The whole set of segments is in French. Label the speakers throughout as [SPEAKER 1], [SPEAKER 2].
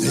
[SPEAKER 1] des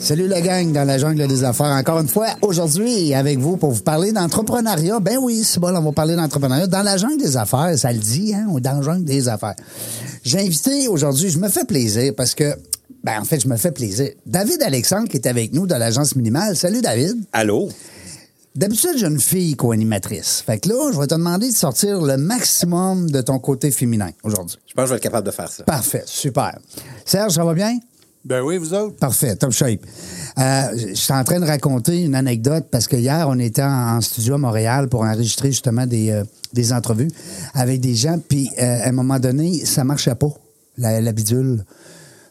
[SPEAKER 2] Salut la gang dans la jungle des affaires. Encore une fois, aujourd'hui, avec vous pour vous parler d'entrepreneuriat. Ben oui, c'est bon, on va parler d'entrepreneuriat. Dans la jungle des affaires, ça le dit, hein, ou dans la jungle des affaires. J'ai invité aujourd'hui, je me fais plaisir parce que, ben en fait, je me fais plaisir. David Alexandre qui est avec nous de l'Agence Minimale. Salut David.
[SPEAKER 3] Allô?
[SPEAKER 2] D'habitude, j'ai une fille co-animatrice. Fait que là, je vais te demander de sortir le maximum de ton côté féminin aujourd'hui.
[SPEAKER 3] Je pense que je vais être capable de faire ça.
[SPEAKER 2] Parfait, super. Serge, ça va bien?
[SPEAKER 4] Ben oui, vous autres.
[SPEAKER 2] Parfait, top shape. Euh, je suis en train de raconter une anecdote parce que hier, on était en, en studio à Montréal pour enregistrer justement des, euh, des entrevues avec des gens. Puis euh, à un moment donné, ça marchait pas, la, la bidule.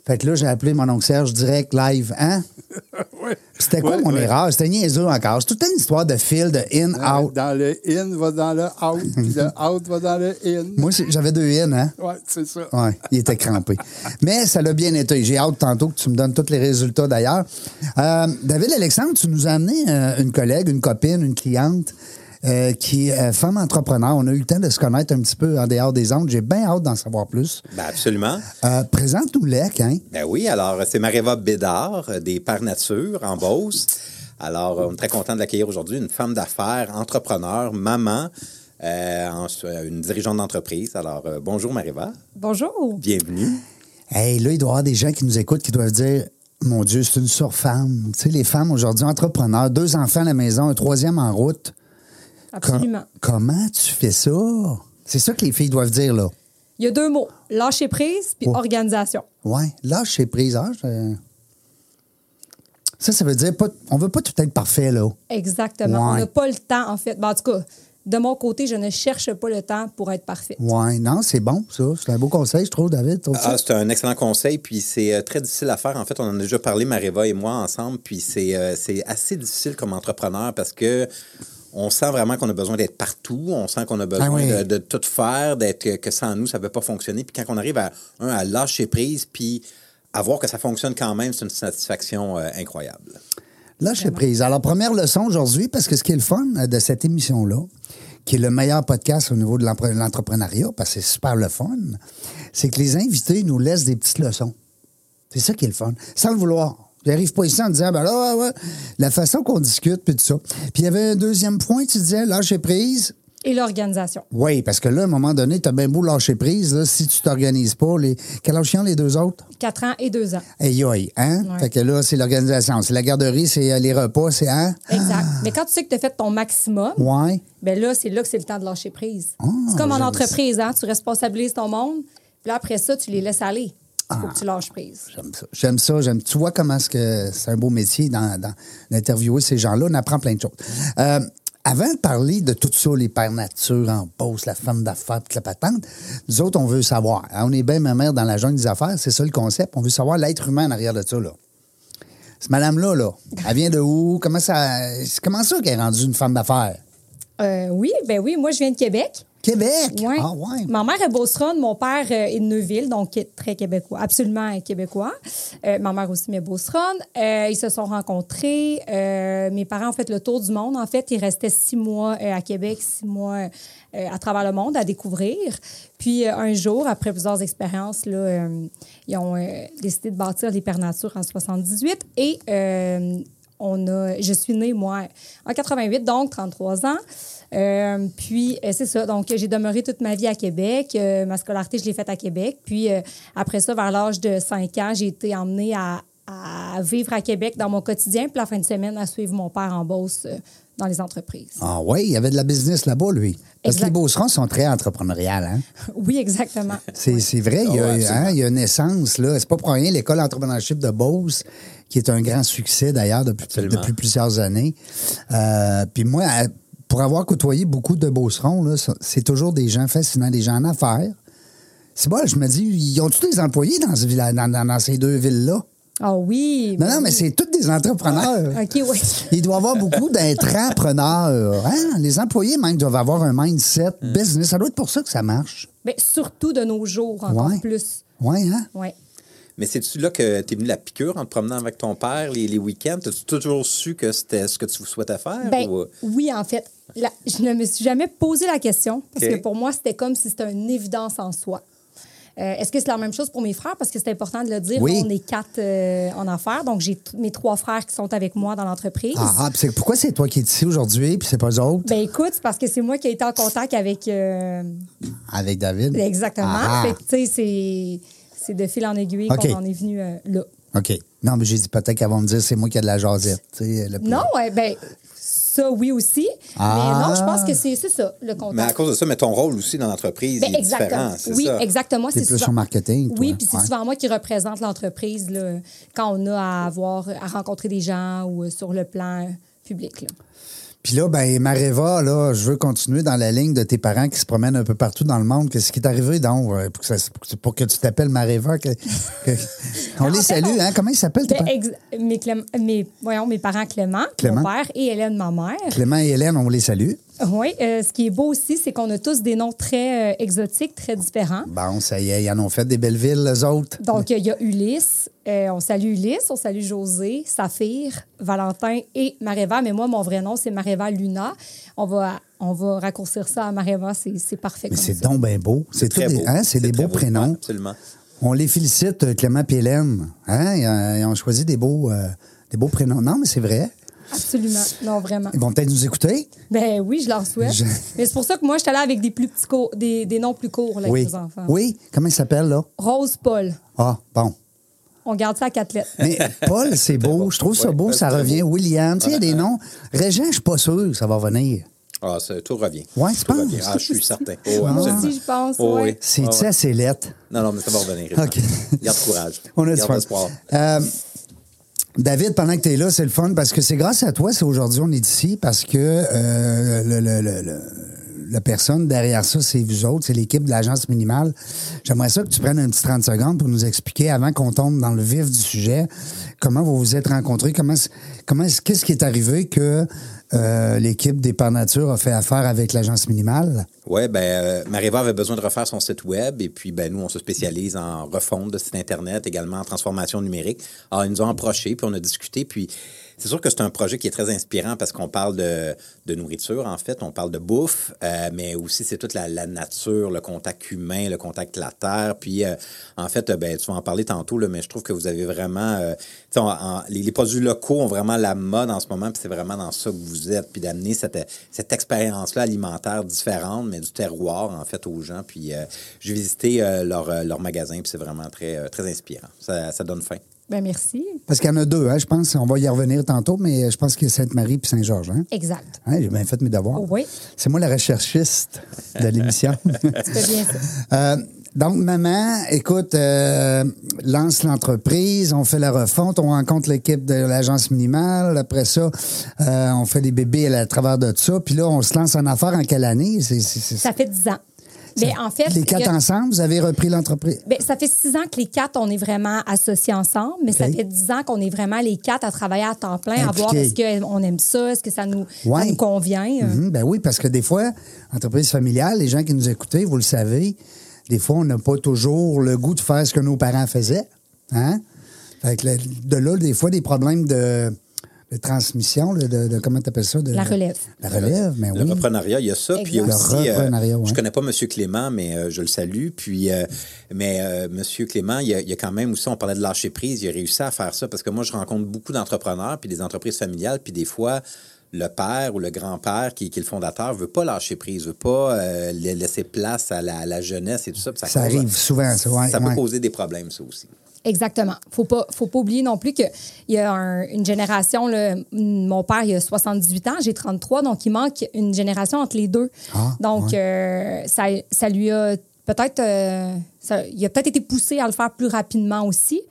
[SPEAKER 2] Fait que là, j'ai appelé mon oncle Serge direct, live, hein?
[SPEAKER 4] Ouais.
[SPEAKER 2] C'était quoi
[SPEAKER 4] Ouais,
[SPEAKER 2] mon
[SPEAKER 4] ouais.
[SPEAKER 2] erreur? C'était niaiseux encore. C'est toute une histoire de fil, de in,
[SPEAKER 4] Dans,
[SPEAKER 2] out.
[SPEAKER 4] dans le in va dans le out, puis le out va dans le in.
[SPEAKER 2] Moi, c'est- j'avais deux in, hein?
[SPEAKER 4] Ouais, c'est ça.
[SPEAKER 2] Oui, il était crampé. Mais ça l'a bien été. J'ai hâte tantôt que tu me donnes tous les résultats d'ailleurs. Euh, David Alexandre, tu nous as amené euh, une collègue, une copine, une cliente euh, qui est euh, femme entrepreneur. On a eu le temps de se connaître un petit peu en dehors des ondes. J'ai bien hâte d'en savoir plus.
[SPEAKER 3] Ben absolument.
[SPEAKER 2] Euh, Présente-nous l'EC, hein?
[SPEAKER 3] Ben oui, alors c'est Maréva Bédard euh, des Par Nature en Beauce. Alors, euh, on est très content de l'accueillir aujourd'hui, une femme d'affaires, entrepreneur, maman, euh, en- euh, une dirigeante d'entreprise. Alors, euh, bonjour Maréva,
[SPEAKER 5] Bonjour.
[SPEAKER 3] bienvenue.
[SPEAKER 2] Hey, là, il doit y avoir des gens qui nous écoutent qui doivent dire Mon Dieu, c'est une surfemme. Tu sais, les femmes aujourd'hui, entrepreneurs, deux enfants à la maison, un troisième en route. Com-
[SPEAKER 5] Absolument.
[SPEAKER 2] comment tu fais ça? C'est ça que les filles doivent dire, là.
[SPEAKER 5] Il y a deux mots lâcher prise puis
[SPEAKER 2] Oh.
[SPEAKER 5] organisation.
[SPEAKER 2] Ouais, lâche et prise. hein, je- Ça, ça veut dire pas, on veut pas tout être parfait, là.
[SPEAKER 5] Exactement.
[SPEAKER 2] Ouais.
[SPEAKER 5] On n'a pas le temps, en fait. Ben, en tout cas, de mon côté, je ne cherche pas le temps pour être parfait.
[SPEAKER 2] Ouais, non, c'est bon, ça. C'est un beau conseil, je trouve, David. trouves ça?
[SPEAKER 3] Ah, c'est un excellent conseil, puis c'est euh, très difficile à faire. En fait, on en a déjà parlé, Maréva et moi, ensemble, puis c'est euh, c'est assez difficile comme entrepreneur parce que on sent vraiment qu'on a besoin d'être partout, on sent qu'on a besoin
[SPEAKER 2] oui.
[SPEAKER 3] de, de tout faire, d'être que sans nous, ça ne peut pas fonctionner. Puis quand on arrive à, un, à lâcher prise, puis à voir que ça fonctionne quand même, c'est une satisfaction euh, incroyable.
[SPEAKER 2] Lâche et prise. Alors, première leçon aujourd'hui, parce que ce qui est le fun euh, de cette émission-là, qui est le meilleur podcast au niveau de l'empre- l'entrepreneuriat, parce que c'est super le fun, c'est que les invités nous laissent des petites leçons. C'est ça qui est le fun. Sans le vouloir. J'arrive pas ici en disant, ben là, ouais, ouais, la façon qu'on discute, puis tout ça. Puis il y avait un deuxième point, tu disais, lâche et prise.
[SPEAKER 5] Et l'organisation.
[SPEAKER 2] Oui, parce que là, à un moment donné, t'as bien beau lâcher prise, là, si tu t'organises pas. Les... Quel âge ils ont, les deux autres?
[SPEAKER 5] Quatre ans et deux ans.
[SPEAKER 2] Aïe, aïe, hein?
[SPEAKER 5] Ouais.
[SPEAKER 2] Fait que là, c'est l'organisation. C'est la garderie, c'est euh, les repas, c'est, hein?
[SPEAKER 5] Exact. Mais quand tu sais que tu as fait ton maximum,
[SPEAKER 2] Ouais.
[SPEAKER 5] ben là, c'est là que c'est le temps de lâcher prise.
[SPEAKER 2] Ah,
[SPEAKER 5] c'est comme en
[SPEAKER 2] j'aime
[SPEAKER 5] entreprise, hein? Tu responsabilises ton monde, puis là, après ça, tu les laisses aller. Il
[SPEAKER 2] Ah.
[SPEAKER 5] faut que tu lâches prise.
[SPEAKER 2] J'aime ça. J'aime ça. J'aime. Tu vois comment est-ce que c'est un beau métier dans- dans- d'interviewer ces gens-là. On apprend plein de choses. Euh, avant de parler de tout ça, les pères nature en pause, la femme d'affaires, toute la patente, nous autres, on veut savoir. hein. on est bien ma mère dans la jungle des affaires. C'est ça le concept. On veut savoir l'être humain en arrière de ça, là. Cette madame-là, là, elle vient de où? Comment ça, comment ça qu'elle est rendue une femme d'affaires?
[SPEAKER 5] Euh, oui, ben oui, moi, je viens de Québec.
[SPEAKER 2] Québec!
[SPEAKER 5] Ouais.
[SPEAKER 2] Ah, ouais.
[SPEAKER 5] Ma mère est Beauceronne, mon père euh, est de Neuville, donc qui est très québécois, absolument euh, québécois. Euh, ma mère aussi, mais Beauceronne. Euh, ils se sont rencontrés. Euh, mes parents ont fait le tour du monde. En fait, ils restaient six mois euh, à Québec, six mois euh, à travers le monde à découvrir. Puis euh, un jour, après plusieurs expériences, là, euh, ils ont euh, décidé de bâtir l'hypernature en 78 et euh, on a, je suis née, moi, en 88, donc 33 ans. Euh, puis, euh, c'est ça. Donc, j'ai demeuré toute ma vie à Québec. Euh, ma scolarité, je l'ai faite à Québec. Puis, euh, après ça, vers l'âge de 5 ans, j'ai été emmenée à à vivre à Québec dans mon quotidien, puis la fin de semaine à suivre mon père en Beauce euh, dans les entreprises.
[SPEAKER 2] Ah oui, il y avait de la business là-bas, lui. Parce que
[SPEAKER 5] Exact.
[SPEAKER 2] les Beaucerons sont très entrepreneuriales. Hein?
[SPEAKER 5] Oui, exactement.
[SPEAKER 2] C'est c'est vrai, il y, a,
[SPEAKER 3] Ah ouais, absolument.
[SPEAKER 2] hein, il y a une essence. là. C'est pas pour rien l'école d'entrepreneurship de Beauce, qui est un grand succès d'ailleurs depuis,
[SPEAKER 3] Absolument.
[SPEAKER 2] depuis plusieurs années. Euh, Puis moi, à- pour avoir côtoyé beaucoup de Beaucerons, là, ça- c'est toujours des gens fascinants, des gens en affaires. C'est bon, je me dis, ils ont tous des employés dans, ce village- dans, dans- dans ces deux villes-là?
[SPEAKER 5] Ah oui.
[SPEAKER 2] Non, non, mais c'est tous des
[SPEAKER 3] Ah,
[SPEAKER 2] entrepreneurs.
[SPEAKER 5] OK, oui.
[SPEAKER 2] Il doit y avoir beaucoup d'intrapreneurs. hein? Les employés, même, doivent avoir un mindset
[SPEAKER 3] Mm.
[SPEAKER 2] business. Ça doit être pour ça que ça marche.
[SPEAKER 5] Mais Ben, surtout de nos jours, encore
[SPEAKER 2] Ouais.
[SPEAKER 5] plus.
[SPEAKER 2] Oui, hein?
[SPEAKER 5] Oui.
[SPEAKER 3] Mais c'est-tu là que t'es venu la piqûre en te promenant avec ton père les, les week-ends? T'as-tu toujours su que c'était ce que tu souhaitais faire?
[SPEAKER 2] euh,
[SPEAKER 5] Ben,
[SPEAKER 3] ou- euh?
[SPEAKER 5] oui, en fait. La- je ne me suis jamais posé la question parce
[SPEAKER 3] OK.
[SPEAKER 5] que pour moi, c'était comme si c'était une évidence en soi. Euh, Est-ce que c'est la même chose pour mes frères? Parce que c'est important de le dire.
[SPEAKER 2] Oui.
[SPEAKER 5] On est quatre euh, en affaires. Donc, j'ai t- mes trois frères qui sont avec moi dans l'entreprise.
[SPEAKER 2] Ah, ah, puis c'est- pourquoi c'est toi qui es ici aujourd'hui, puis c'est pas eux autres?
[SPEAKER 5] Ben écoute, c'est parce que c'est moi qui ai été en contact avec. euh,
[SPEAKER 2] Avec David?
[SPEAKER 5] exactement.
[SPEAKER 2] Ah,
[SPEAKER 5] Fait que, tu sais, c'est- c'est de fil en aiguille
[SPEAKER 2] OK.
[SPEAKER 5] qu'on en est venu euh, là.
[SPEAKER 2] ah, OK. Non, mais j'ai dit peut-être qu'elles vont me dire c'est moi qui ai de la jasette. tu sais, le plus-
[SPEAKER 5] Non, ouais, ben ça, oui aussi.
[SPEAKER 2] Ah.
[SPEAKER 5] Mais non, je pense que c'est c'est ça, le contact.
[SPEAKER 3] mais à cause de ça, mais ton rôle aussi dans l'entreprise
[SPEAKER 5] Ben,
[SPEAKER 3] il est
[SPEAKER 5] exactement.
[SPEAKER 3] différent, c'est
[SPEAKER 5] oui,
[SPEAKER 3] ça?
[SPEAKER 5] exactement.
[SPEAKER 2] T'es plus au marketing, toi.
[SPEAKER 5] Oui, puis c'est
[SPEAKER 2] Ouais.
[SPEAKER 5] souvent moi qui représente l'entreprise là, quand on a à avoir à rencontrer des gens ou euh, sur le plan public. là.
[SPEAKER 2] Puis là, ben, Mareva, là, je veux continuer dans la ligne de tes parents qui se promènent un peu partout dans le monde. Qu'est-ce qui est arrivé donc euh, pour que, ça- pour que- pour que tu t'appelles Mareva? que- que- on les salue, hein? Comment ils s'appellent tes
[SPEAKER 5] Ben,
[SPEAKER 2] parents?
[SPEAKER 5] ex- mes, Clém- mes- voyons, mes parents Clément,
[SPEAKER 2] Clément.
[SPEAKER 5] mon père et Hélène, ma mère.
[SPEAKER 2] Clément et Hélène, on les salue.
[SPEAKER 5] Oui, euh, ce qui est beau aussi, c'est qu'on a tous des noms très euh, exotiques, très différents.
[SPEAKER 2] Bon, ça y est, ils en ont fait des belles villes, les autres.
[SPEAKER 5] Donc, il y a Ulysse. Euh, on salue Ulysse, on salue José, Saphir, Valentin et Mareva. Mais moi, mon vrai nom, c'est Mareva Luna. On va, on va raccourcir ça à Mareva. C'est Ah, c'est parfait.
[SPEAKER 2] Mais
[SPEAKER 5] comme
[SPEAKER 2] c'est
[SPEAKER 5] ça.
[SPEAKER 2] donc bien beau. C'est
[SPEAKER 3] Très
[SPEAKER 2] tout des,
[SPEAKER 3] beau.
[SPEAKER 2] hein, c'est des
[SPEAKER 3] très
[SPEAKER 2] beaux
[SPEAKER 3] beau.
[SPEAKER 2] prénoms.
[SPEAKER 3] Ouais, absolument.
[SPEAKER 2] On les félicite, euh, Clément et Hélène. Hein? Ils, euh, ils ont choisi des beaux, euh, des beaux prénoms. Non, mais c'est vrai.
[SPEAKER 5] Absolument. Non, vraiment.
[SPEAKER 2] Ils vont peut-être nous écouter.
[SPEAKER 5] Ben oui, je leur souhaite.
[SPEAKER 2] Je-
[SPEAKER 5] Mais c'est pour ça que moi, je suis allée avec des, plus petits co- des, des noms plus courts là,
[SPEAKER 2] oui.
[SPEAKER 5] avec nos enfants.
[SPEAKER 2] Oui. Comment ils s'appellent, là?
[SPEAKER 5] Rose Paul.
[SPEAKER 2] Ah, bon.
[SPEAKER 5] On garde ça à quatre lettres.
[SPEAKER 2] Mais Paul, c'est beau. Je trouve ça
[SPEAKER 3] Ouais,
[SPEAKER 2] beau.
[SPEAKER 3] Paul,
[SPEAKER 2] Ça
[SPEAKER 3] c'est
[SPEAKER 2] revient. William. Tu sais, il y a des noms. Régent, je suis pas sûr que ça va venir.
[SPEAKER 3] Ah, ça, tout revient.
[SPEAKER 2] Ouais, tu
[SPEAKER 3] Tout
[SPEAKER 2] penses?
[SPEAKER 3] revient. Ah, je suis certain. Oh,
[SPEAKER 5] Moi
[SPEAKER 3] absolument.
[SPEAKER 5] aussi, je pense,
[SPEAKER 3] Oh,
[SPEAKER 5] ouais.
[SPEAKER 3] oui.
[SPEAKER 2] C'est-tu
[SPEAKER 3] Ah, ouais.
[SPEAKER 2] assez lettre?
[SPEAKER 3] Non, non, mais ça va revenir.
[SPEAKER 2] OK.
[SPEAKER 3] Garde courage.
[SPEAKER 2] On a du
[SPEAKER 3] Garde
[SPEAKER 2] fun.
[SPEAKER 3] espoir.
[SPEAKER 2] Euh, David, pendant que tu es là, c'est le fun parce que c'est grâce à toi, c'est aujourd'hui on est ici parce que euh, le- le- le- le- la personne derrière ça, c'est vous autres, c'est l'équipe de l'Agence Minimale. J'aimerais ça que tu prennes un petit 30 secondes pour nous expliquer, avant qu'on tombe dans le vif du sujet, comment vous vous êtes rencontrés, comment, c- comment est-ce- qu'est-ce qui est arrivé que euh, l'équipe des Par Nature a fait affaire avec l'Agence Minimale?
[SPEAKER 3] Oui, ben, euh, Mareva avait besoin de refaire son site web et puis ben, nous, on se spécialise en refonte de sites Internet, également en transformation numérique. Alors, ils nous ont approchés, puis on a discuté, puis c'est sûr que c'est un projet qui est très inspirant parce qu'on parle de, de nourriture, en fait, on parle de bouffe, euh, mais aussi c'est toute la, la nature, le contact humain, le contact de la terre. Puis, euh, en fait, euh, ben, tu vas en parler tantôt, là, mais je trouve que vous avez vraiment... euh, tu sais, on- en- les, les produits locaux ont vraiment la mode en ce moment, puis c'est vraiment dans ça que vous êtes, puis d'amener cette, cette expérience-là alimentaire différente, mais du terroir, en fait, aux gens. Puis euh, j'ai visité euh, leur, euh, leur magasin, puis c'est vraiment très, euh, très inspirant. Ça, ça donne faim.
[SPEAKER 5] Ben merci.
[SPEAKER 2] Parce qu'il y en a deux, hein, je pense, on va y revenir tantôt, mais je pense qu'il y a Sainte-Marie puis Saint-Georges. Hein?
[SPEAKER 5] Exact. Oh,
[SPEAKER 2] Hein, J'ai bien fait mes devoirs.
[SPEAKER 5] Oui.
[SPEAKER 2] C'est moi la recherchiste de l'émission.
[SPEAKER 5] Tu fais bien ça.
[SPEAKER 2] Euh, donc, maman, écoute, euh, lance l'entreprise, on fait la refonte, on rencontre l'équipe de l'agence minimale. Après ça, euh, on fait des bébés à, la- à travers de ça. Puis là, on se lance en affaires en quelle année? C'est- c'est- c'est-
[SPEAKER 5] Ça fait 10 ans. Mais en fait,
[SPEAKER 2] les
[SPEAKER 5] il y a-
[SPEAKER 2] quatre ensemble, vous avez repris l'entreprise.
[SPEAKER 5] Ben, ça fait six ans que les quatre, on est vraiment associés ensemble, mais ça
[SPEAKER 2] OK.
[SPEAKER 5] fait dix ans qu'on est vraiment les quatre à travailler à temps plein, à
[SPEAKER 2] Impliqués.
[SPEAKER 5] voir est-ce qu'on aime ça, est-ce que ça nous, ça
[SPEAKER 2] Ouais.
[SPEAKER 5] nous convient. euh.
[SPEAKER 2] Mhm, ben oui, parce que des fois, entreprise familiale, les gens qui nous écoutaient, vous le savez, des fois, on n'a pas toujours le goût de faire ce que nos parents faisaient. Hein? Fait que le- de là, des fois, des problèmes de, de transmission, de, de- de- comment tu appelles ça? De,
[SPEAKER 5] La relève.
[SPEAKER 2] La relève, mais
[SPEAKER 3] Le
[SPEAKER 2] Ben oui.
[SPEAKER 3] reprenariat, il y a ça. Puis il y a
[SPEAKER 5] Exact.
[SPEAKER 2] Le
[SPEAKER 3] aussi. euh,
[SPEAKER 2] reprenariat, ouais.
[SPEAKER 3] Je connais pas M. Clément, mais euh, je le salue. Puis, euh, mais Monsieur M. Clément, il y, a, il y a quand même aussi, on parlait de lâcher prise, il a réussi à faire ça parce que moi, je rencontre beaucoup d'entrepreneurs puis des entreprises familiales, puis des fois. Le père ou le grand-père qui, qui est le fondateur veut pas lâcher prise, veut pas euh, la- laisser place à la, à la jeunesse et tout ça. puis
[SPEAKER 2] Ça arrive souvent, ça, ouais,
[SPEAKER 3] ça peut
[SPEAKER 2] ouais.
[SPEAKER 3] causer des problèmes, ça aussi.
[SPEAKER 5] Exactement. Faut pas, faut pas oublier non plus qu'il y a un- une génération, là, m- mon père, il a 78 ans, j'ai 33, donc il manque une génération entre les deux.
[SPEAKER 2] Ah,
[SPEAKER 5] donc, euh, ça, ça lui a peut-être, euh, ça- il a peut-être été poussé à le faire plus rapidement aussi.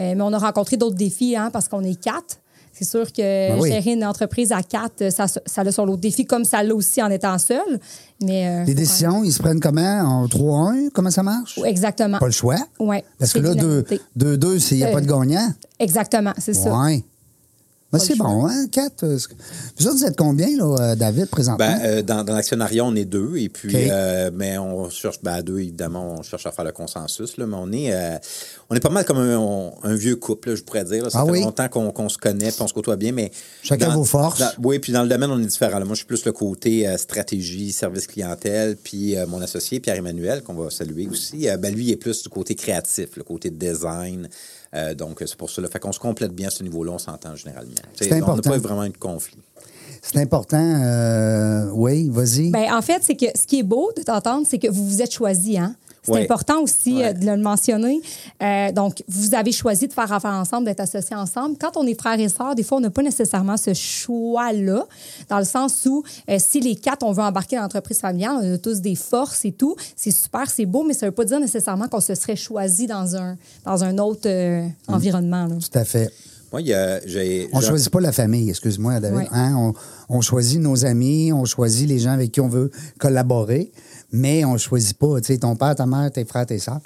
[SPEAKER 5] Euh, mais on a rencontré d'autres défis, hein, parce qu'on est quatre. C'est sûr que
[SPEAKER 2] Ben oui.
[SPEAKER 5] gérer une entreprise à quatre, ça, ça a son lot de défis, comme ça l'a aussi en étant seul. Mais, euh,
[SPEAKER 2] Les
[SPEAKER 5] faut
[SPEAKER 2] décisions, ils se prennent comment? En 3-1? Comment ça marche?
[SPEAKER 5] faire- Exactement.
[SPEAKER 2] Pas le choix?
[SPEAKER 5] Ouais,
[SPEAKER 2] Parce que
[SPEAKER 5] c'est
[SPEAKER 2] là,
[SPEAKER 5] l'unanimité.
[SPEAKER 2] 2-2, il n'y a
[SPEAKER 5] Euh,
[SPEAKER 2] pas de gagnant.
[SPEAKER 5] Exactement, c'est ça.
[SPEAKER 2] Oui. Mais
[SPEAKER 5] Pas
[SPEAKER 2] c'est
[SPEAKER 5] le choix.
[SPEAKER 2] bon, hein, 4. Vous autres, vous êtes combien, là, euh, David, présentement?
[SPEAKER 3] Ben, euh, dans dans l'actionnariat, on est deux. Et puis,
[SPEAKER 2] OK.
[SPEAKER 3] euh, mais on cherche, ben, à deux, évidemment, on cherche à faire le consensus. Là, mais on est, euh, on est pas mal comme un, on- un vieux couple, là, je pourrais dire. là. Ça
[SPEAKER 2] Ah
[SPEAKER 3] fait
[SPEAKER 2] oui?
[SPEAKER 3] longtemps qu'on qu'on se connaît, puis on se côtoie bien. mais
[SPEAKER 2] Chacun
[SPEAKER 3] dans-
[SPEAKER 2] vos forces.
[SPEAKER 3] dans- oui, puis dans le domaine, on est différent. là. Moi, je suis plus le côté euh, stratégie, service clientèle. Puis euh, mon associé, Pierre-Emmanuel, qu'on va saluer aussi, euh, ben, lui, il est plus du côté créatif, le côté design. Euh, donc, c'est pour cela. Fait qu'on se complète bien à ce niveau-là, on s'entend généralement. Tu sais, On n'a
[SPEAKER 2] important.
[SPEAKER 3] pas vraiment eu de conflit.
[SPEAKER 2] C'est important. euh, oui, vas-y.
[SPEAKER 5] Ben, en fait, c'est que ce qui est beau de t'entendre, c'est que vous vous êtes choisi, hein? C'est
[SPEAKER 3] Ouais.
[SPEAKER 5] important aussi
[SPEAKER 3] Ouais.
[SPEAKER 5] euh, de le mentionner. Euh, donc, vous avez choisi de faire affaire ensemble, d'être associés ensemble. Quand on est frères et sœurs, des fois, on n'a pas nécessairement ce choix-là, dans le sens où euh, si les quatre, on veut embarquer dans l'entreprise familiale, on a tous des forces et tout. C'est super, c'est beau, mais ça ne veut pas dire nécessairement qu'on se serait choisi dans un, dans un autre euh,
[SPEAKER 3] Mm.
[SPEAKER 5] environnement. là.
[SPEAKER 2] Tout à fait.
[SPEAKER 3] Moi, il y a- j'ai.
[SPEAKER 2] On
[SPEAKER 3] j'ai-
[SPEAKER 2] choisit pas la famille, excuse-moi, David.
[SPEAKER 5] Ouais.
[SPEAKER 2] Hein, On, on choisit nos amis, on choisit les gens avec qui on veut collaborer, mais on choisit pas, tu sais, ton père, ta mère, tes frères, tes sœurs.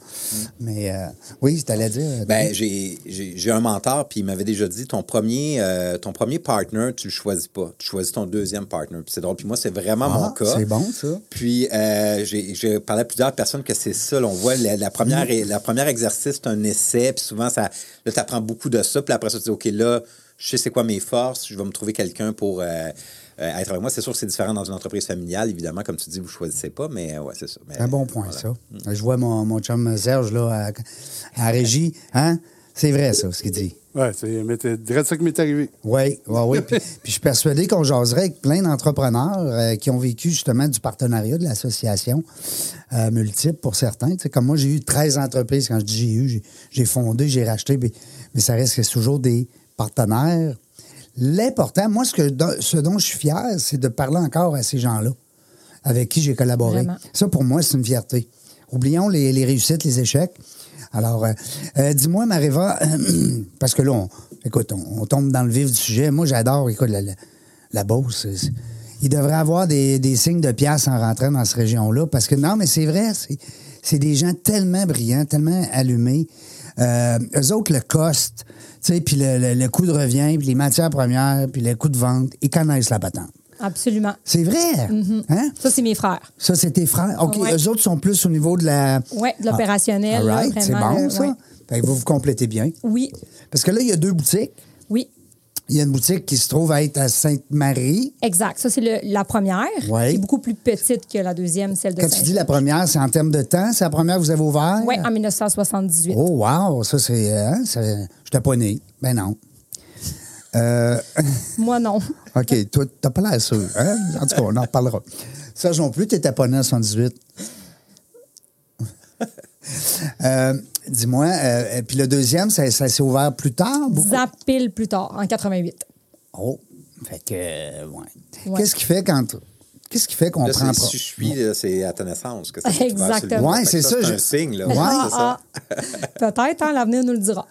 [SPEAKER 2] Mais euh, oui, je t'allais dire.
[SPEAKER 3] Ben, j'ai- j'ai j'ai un mentor, puis il m'avait déjà dit ton premier, euh, ton premier partner, tu le choisis pas. Tu choisis ton deuxième partner. Puis c'est drôle. Puis moi, c'est vraiment
[SPEAKER 2] Ah,
[SPEAKER 3] mon cas.
[SPEAKER 2] c'est bon, ça.
[SPEAKER 3] Puis euh, j'ai j'ai parlé à plusieurs personnes que c'est ça. là, on voit la, la première,
[SPEAKER 2] Mm-hmm.
[SPEAKER 3] la première exercice, c'est un essai. Puis souvent, ça, là, tu apprends beaucoup de ça. Puis après ça, tu dis OK, là, je sais c'est quoi mes forces. Je vais me trouver quelqu'un pour. euh, euh, être avec moi, c'est sûr que c'est différent dans une entreprise familiale, évidemment, comme tu dis, vous choisissez pas, mais euh, ouais, c'est ça. Mais,
[SPEAKER 2] C'est un bon point, ça. Je vois mon, mon chum Serge, là, à, à Régie. Hein? C'est vrai, ça, ce qu'il dit.
[SPEAKER 4] Ouais, c'est mais c'est direct ça qui m'est arrivé.
[SPEAKER 2] Oui, oui, oui. Puis, puis je suis persuadé qu'on jaserait avec plein d'entrepreneurs euh, qui ont vécu justement du partenariat de l'association euh, multiple pour certains. Tu sais, comme moi, j'ai eu 13 entreprises. Quand je dis j'ai eu, j'ai- j'ai fondé, j'ai racheté, puis- mais ça reste que c'est toujours des partenaires. L'important, moi, ce, que, ce dont je suis fier, c'est de parler encore à ces gens-là avec qui j'ai collaboré.
[SPEAKER 5] Vraiment.
[SPEAKER 2] Ça, pour moi, c'est une fierté. Oublions les, les réussites, les échecs. Alors, euh, euh, dis-moi, Maréva, parce que là, on, écoute, on, on tombe dans le vif du sujet. Moi, j'adore, écoute, la, la, la Beauce. c'est- c'est- Il devrait avoir des, des signes de pièces en rentrant dans cette région-là. Parce que, non, mais c'est vrai, c'est- c'est des gens tellement brillants, tellement allumés. Euh, eux autres, le cost, tu sais, puis le, le- le coût de revient, puis les matières premières, puis le coût de vente, ils connaissent la patente.
[SPEAKER 5] Absolument.
[SPEAKER 2] C'est vrai, hein?
[SPEAKER 5] Ça, c'est mes frères.
[SPEAKER 2] Ça, c'est tes frères. OK,
[SPEAKER 5] Ouais.
[SPEAKER 2] eux autres sont plus au niveau de la...
[SPEAKER 5] Oui, de l'opérationnel.
[SPEAKER 2] All
[SPEAKER 5] là,
[SPEAKER 2] right, c'est
[SPEAKER 5] vraiment,
[SPEAKER 2] bon,
[SPEAKER 5] là,
[SPEAKER 2] ça.
[SPEAKER 5] ouais.
[SPEAKER 2] Fait que vous vous complétez bien.
[SPEAKER 5] Oui,
[SPEAKER 2] Parce que là, il y a deux boutiques.
[SPEAKER 5] oui.
[SPEAKER 2] Il y a une boutique qui se trouve à être à Sainte-Marie.
[SPEAKER 5] Exact. Ça, c'est le- la première.
[SPEAKER 2] Ouais.
[SPEAKER 5] Qui est beaucoup plus petite que la deuxième, celle de
[SPEAKER 2] Quand tu dis la première, c'est en termes de temps. C'est la première que vous avez ouvert?
[SPEAKER 5] Oui, en 1978.
[SPEAKER 2] Oh, wow! Ça, c'est... hein, ça- Je t'ai pas né. Ben non. Euh,
[SPEAKER 5] Moi, non.
[SPEAKER 2] OK, toi, t'as pas l'air sûr. Hein? En tout cas, on en reparlera. Serge non plus, t'étais pas né en 78. Euh, Dis-moi, euh, et puis le deuxième, ça, ça s'est ouvert plus tard? beaucoup?
[SPEAKER 5] Dix ans pile plus tard, en 88.
[SPEAKER 2] Oh, fait que, euh, ouais.
[SPEAKER 5] Ouais.
[SPEAKER 2] Qu'est-ce qui fait quand. Qu'est-ce qui fait qu'on
[SPEAKER 3] Là,
[SPEAKER 2] prend.
[SPEAKER 3] c'est- si je suis, là, c'est à ta naissance. Que ça s'est ouvert
[SPEAKER 5] Exactement.
[SPEAKER 3] absolument.
[SPEAKER 2] Ouais,
[SPEAKER 3] Fait que
[SPEAKER 2] c'est ça,
[SPEAKER 3] C'est
[SPEAKER 2] je-
[SPEAKER 3] un signe. Là.
[SPEAKER 2] Ouais.
[SPEAKER 3] Ouais, c'est ça.
[SPEAKER 5] Ah, Peut-être, hein, l'avenir nous le dira.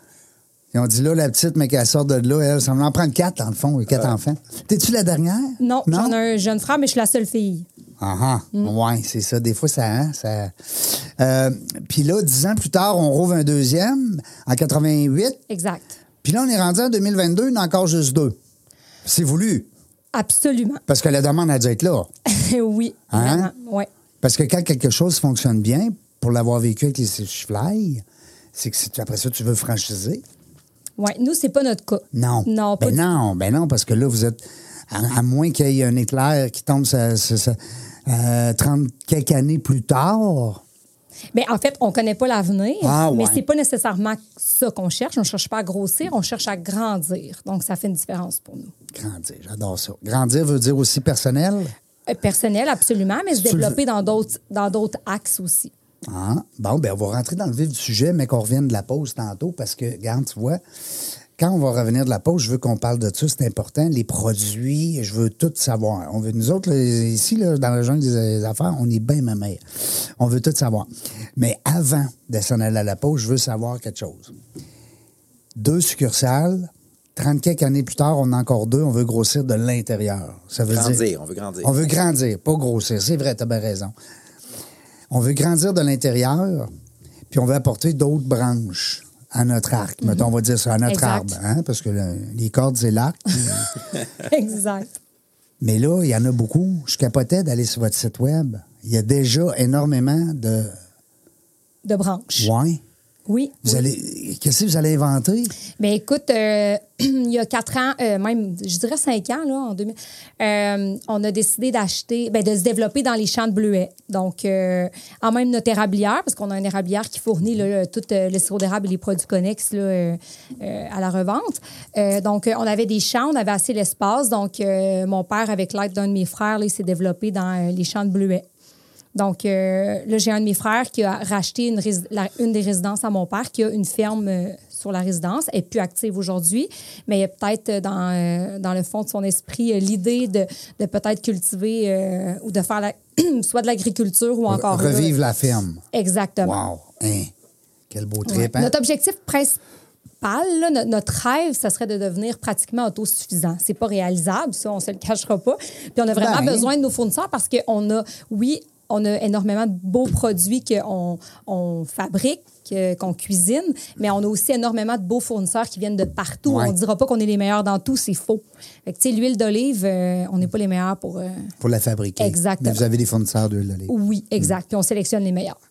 [SPEAKER 2] Ils ont dit là, la petite, mais qu'elle sort de là, elle, ça me en prendre quatre, dans le fond, quatre
[SPEAKER 3] Euh.
[SPEAKER 2] enfants. T'es-tu la dernière?
[SPEAKER 5] Non,
[SPEAKER 2] non?
[SPEAKER 5] j'en ai un Mm. jeune frère, mais je suis la seule fille.
[SPEAKER 2] Ah, ah. ouais, c'est ça. Des fois, ça. hein, ça... Euh, puis là, dix ans plus tard, on rouvre un deuxième, en 88.
[SPEAKER 5] Exact.
[SPEAKER 2] Puis là, on est rendu en 2022, il y en a encore juste deux. C'est voulu,
[SPEAKER 5] Absolument.
[SPEAKER 2] parce que la demande a dû être là.
[SPEAKER 5] oui,
[SPEAKER 2] Hein?
[SPEAKER 5] vraiment. Ouais.
[SPEAKER 2] Parce que quand quelque chose fonctionne bien, pour l'avoir vécu avec les fly, c'est que si tu- après ça, tu veux franchiser.
[SPEAKER 5] Ouais. Nous, c'est pas notre cas.
[SPEAKER 2] Non.
[SPEAKER 5] Non, pas
[SPEAKER 2] ben
[SPEAKER 5] du-
[SPEAKER 2] non, ben non, parce que là, vous êtes. À, à moins qu'il y ait un éclair qui tombe ça, ça- ça, euh, 30 quelques années plus tard.
[SPEAKER 5] Mais en fait, on connaît pas l'avenir,
[SPEAKER 2] Ah, ouais.
[SPEAKER 5] mais c'est pas nécessairement ça qu'on cherche. On cherche pas à grossir, on cherche à grandir. Donc, ça fait une différence pour nous.
[SPEAKER 2] Grandir, j'adore ça. Grandir veut dire aussi personnel.
[SPEAKER 5] Euh, Personnel, absolument, mais se
[SPEAKER 2] Tu le-
[SPEAKER 5] développer dans d'autres dans d'autres axes aussi.
[SPEAKER 2] Ah, bon, ben on va rentrer dans le vif du sujet, mais qu'on revienne de la pause tantôt parce que, regarde, tu vois, quand on va revenir de la pause, je veux qu'on parle de ça, c'est important. Les produits, je veux tout savoir. On veut, nous autres, là, ici, là, dans la jungle des affaires, on est bien ma mère. On veut tout savoir. Mais avant de s'en aller à la pause, je veux savoir quelque chose. Deux succursales, 30 quelques années plus tard, on en a encore deux, on veut grossir de l'intérieur. Ça veut dire.
[SPEAKER 3] Grandir, on veut grandir.
[SPEAKER 2] On veut grandir, pas grossir. C'est vrai, tu as bien raison. On veut grandir de l'intérieur, puis on veut apporter d'autres branches à notre arc. Mettons, on va dire ça, à notre
[SPEAKER 5] Mhm. Exact.
[SPEAKER 2] arbre, hein, parce que le- les cordes, c'est l'arc.
[SPEAKER 5] exact.
[SPEAKER 2] Mais là, il y en a beaucoup. Je capotais d'aller sur votre site Web. Il y a déjà énormément de.
[SPEAKER 5] De branches.
[SPEAKER 2] Ouais.
[SPEAKER 5] Oui.
[SPEAKER 2] Vous allez. Qu'est-ce que vous allez inventer?
[SPEAKER 5] Mais écoute, euh, il y a quatre ans, euh, même, je dirais cinq ans, là, en 2000, euh, on a décidé d'acheter, ben, de se développer dans les champs de bleuets. Donc, euh, en même notre érablière, parce qu'on a une érablière qui fournit là, le- tout euh, le sirop d'érable et les produits connexes là, euh, euh, à la revente. Euh, donc, euh, on avait des champs, on avait assez l'espace. Donc, euh, mon père, avec l'aide d'un de mes frères, là, il s'est développé dans euh, les champs de bleuets. Donc, euh, là, j'ai un de mes frères qui a racheté une, rési- la- une des résidences à mon père, qui a une ferme euh, sur la résidence. Elle est plus active aujourd'hui, mais il y a peut-être euh, dans, euh, dans le fond de son esprit euh, l'idée de, de peut-être cultiver euh, ou de faire la- soit de l'agriculture ou encore. là-
[SPEAKER 2] Revivre la ferme.
[SPEAKER 5] Exactement.
[SPEAKER 2] Wow. Hein. Quel beau
[SPEAKER 5] Ouais.
[SPEAKER 2] trip, hein?
[SPEAKER 5] Notre objectif principal, là, no- notre rêve, ça serait de devenir pratiquement autosuffisant. C'est pas réalisable, ça, on se le cachera pas. Puis on a vraiment
[SPEAKER 2] Ben.
[SPEAKER 5] besoin de nos fournisseurs parce qu'on a, oui, on a énormément de beaux produits qu'on on fabrique, que- qu'on cuisine, mais on a aussi énormément de beaux fournisseurs qui viennent de partout.
[SPEAKER 2] Ouais.
[SPEAKER 5] On dira pas qu'on est les meilleurs dans tout, c'est faux. Fait que, tu sais, l'huile d'olive, euh, on n'est pas les meilleurs pour... euh,
[SPEAKER 2] Pour la fabriquer.
[SPEAKER 5] Exactement.
[SPEAKER 2] Mais vous avez des fournisseurs d'huile d'olive.
[SPEAKER 5] Oui, exact. Puis on sélectionne les meilleurs.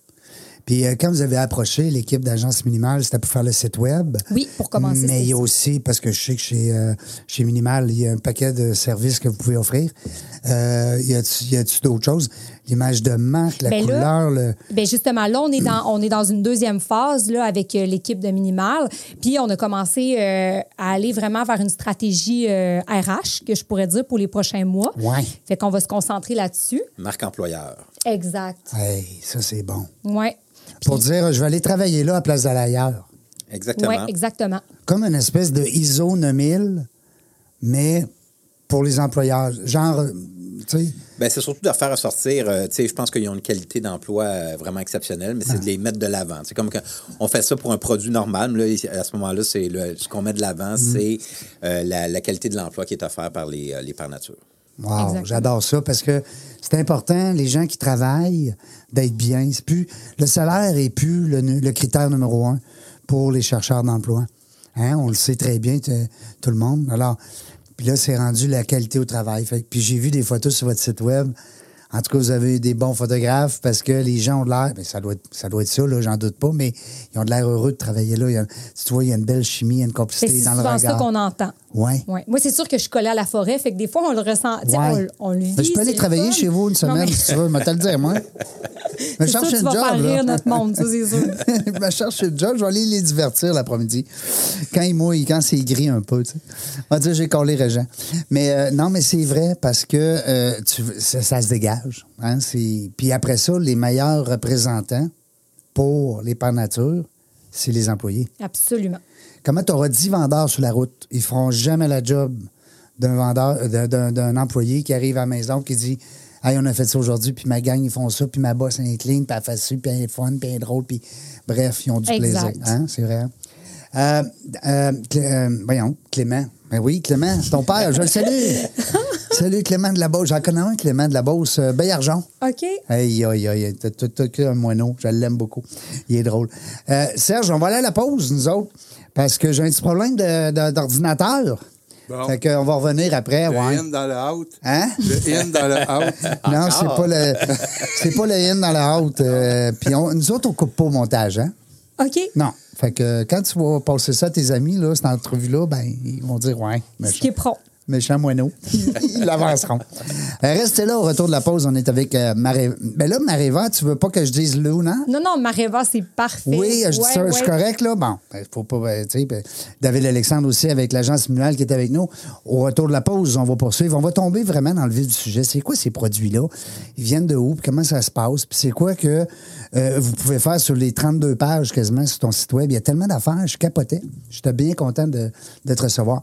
[SPEAKER 2] Puis euh, quand vous avez approché l'équipe d'agence minimale, c'était pour faire le site web.
[SPEAKER 5] Oui, pour commencer,
[SPEAKER 2] Mais il y
[SPEAKER 5] c'est
[SPEAKER 2] a
[SPEAKER 5] ça.
[SPEAKER 2] aussi, parce que je sais que chez, euh, chez Minimal, il y a un paquet de services que vous pouvez offrir. Euh, y a-tu y a-tu d'autres choses? L'image de marque, la
[SPEAKER 5] Ben là,
[SPEAKER 2] couleur, le...
[SPEAKER 5] Ben justement, là, on est dans, on est dans une deuxième phase là, avec euh, l'équipe de Minimal. Puis, on a commencé euh, à aller vraiment vers une stratégie euh, RH, que je pourrais dire, pour les prochains mois.
[SPEAKER 2] Ouais.
[SPEAKER 5] Fait qu'on va se concentrer là-dessus.
[SPEAKER 3] Marque employeur.
[SPEAKER 5] Exact.
[SPEAKER 2] Hey, ça, c'est bon.
[SPEAKER 5] Ouais.
[SPEAKER 2] Pour dire, je vais aller travailler là à Place d'Alailleur.
[SPEAKER 3] Exactement.
[SPEAKER 5] Ouais, exactement.
[SPEAKER 2] Comme une espèce de ISO 9000, mais pour les employeurs. Genre, euh, tu sais,
[SPEAKER 3] Ben, c'est surtout de faire sortir, euh, tu sais, je pense qu'ils ont une qualité d'emploi euh, vraiment exceptionnelle, mais c'est de les mettre de l'avant. C'est comme quand on fait ça pour un produit normal, mais là, à ce moment-là, c'est le- ce qu'on met de
[SPEAKER 2] Mm.
[SPEAKER 3] l'avant, c'est euh, la, la qualité de l'emploi qui est offerte par les, euh, les par nature.
[SPEAKER 2] Wow,
[SPEAKER 5] Exactement.
[SPEAKER 2] j'adore ça parce que c'est important, les gens qui travaillent, d'être bien. C'est plus, le salaire est plus le, nu- le critère numéro un pour les chercheurs d'emploi. Hein, on le sait très bien, t- tout le monde. Alors, puis là, c'est rendu la qualité au travail. Fait que- puis j'ai vu des photos sur votre site web. En tout cas, vous avez des bons photographes parce que les gens ont de l'air, ben, ça, doit être, ça doit être ça, là, j'en doute pas, mais ils ont de l'air heureux de travailler là. Il y a- si tu vois, il y a une belle chimie, il y a une
[SPEAKER 5] Fait
[SPEAKER 2] complicité
[SPEAKER 5] que C'est
[SPEAKER 2] dans le
[SPEAKER 5] souvent
[SPEAKER 2] regard.
[SPEAKER 5] ça qu'on entend.
[SPEAKER 2] Ouais.
[SPEAKER 5] Ouais. Moi, c'est sûr que je suis collée à la forêt. Fait que des fois, on le ressent. tu sais,
[SPEAKER 2] Ouais.
[SPEAKER 5] On, le- on le vit.
[SPEAKER 2] Ben, je peux
[SPEAKER 5] c'est
[SPEAKER 2] aller
[SPEAKER 5] le
[SPEAKER 2] travailler
[SPEAKER 5] fun.
[SPEAKER 2] chez vous une
[SPEAKER 5] Non, mais
[SPEAKER 2] semaine, si tu veux. Je vais te le dire, moi. Je
[SPEAKER 5] C'est sûr,
[SPEAKER 2] cherche
[SPEAKER 5] tu
[SPEAKER 2] une
[SPEAKER 5] vas
[SPEAKER 2] job.
[SPEAKER 5] faire
[SPEAKER 2] là.
[SPEAKER 5] rire notre monde, ça, c'est sûr.
[SPEAKER 2] je me cherche une job, je vais aller les divertir l'après-midi. Quand il mouille, quand c'est gris un peu, tu sais. On va dire, j'ai collé Régent. Mais euh, non, mais c'est vrai parce que euh, tu- ça, ça se dégage. hein, c'est- Puis après ça, les meilleurs représentants pour les par nature, c'est les employés.
[SPEAKER 5] Absolument.
[SPEAKER 2] Comment tu auras 10 vendeurs sur la route? Ils feront jamais la job d'un vendeur, euh, d'un- d'un d'un employé qui arrive à la maison qui dit Hey, on a fait ça aujourd'hui, puis ma gang, ils font ça, puis ma boss elle incline, puis elle fait ça, puis elle est fun, puis elle est drôle, puis bref, ils ont du
[SPEAKER 5] Exact.
[SPEAKER 2] plaisir. Hein? C'est vrai. hein? Euh, euh, Clé- euh, voyons, Clément. Ben oui, Clément, c'est ton père, je le salue. Salut Clément de la Beauce. J'en connais un, Clément de la Beauce, euh, Bayargeon.
[SPEAKER 5] OK.
[SPEAKER 2] Aïe, aïe, aïe, t'as tout tout qu'un moineau. Je l'aime beaucoup. Il est drôle. Euh, Serge, on va aller à la pause, nous autres, parce que j'ai un petit problème de- de- d'ordinateur.
[SPEAKER 4] Bon.
[SPEAKER 2] Fait qu'on va revenir après.
[SPEAKER 4] Le
[SPEAKER 2] ouais.
[SPEAKER 4] in dans le out.
[SPEAKER 2] Hein?
[SPEAKER 4] Le in dans le out.
[SPEAKER 2] Non, c'est pas le c'est pas le in dans la haute. euh, Puis on- nous autres, on coupe pas au montage, hein?
[SPEAKER 5] OK.
[SPEAKER 2] Non. Fait que quand tu vas passer ça à tes amis, là, cette entrevue-là, ben, ils vont dire Ouais,
[SPEAKER 5] Ce qui
[SPEAKER 2] méchant,
[SPEAKER 5] est prompt.
[SPEAKER 2] méchant moineau. Ils l'avanceront. Euh, restez là au retour de la pause. On est avec euh, Mareva. Ben là, Mareva, tu veux pas que je dise Luna?
[SPEAKER 5] Non, non, Mareva, c'est parfait.
[SPEAKER 2] Oui, je dis
[SPEAKER 5] Ben, Ouais,
[SPEAKER 2] ça,
[SPEAKER 5] ouais.
[SPEAKER 2] je suis correct, là. Bon, ben, faut pas. ben, tu sais, ben, David Alexandre aussi, avec l'agence Manuel qui est avec nous. Au retour de la pause, on va poursuivre. On va tomber vraiment dans le vif du sujet. C'est quoi ces produits-là? Ils viennent de où? Puis comment ça se passe? Puis c'est quoi que euh, vous pouvez faire sur les 32 pages quasiment sur ton site Web? Il y a tellement d'affaires. Je capotais. J'étais bien content de, de te recevoir.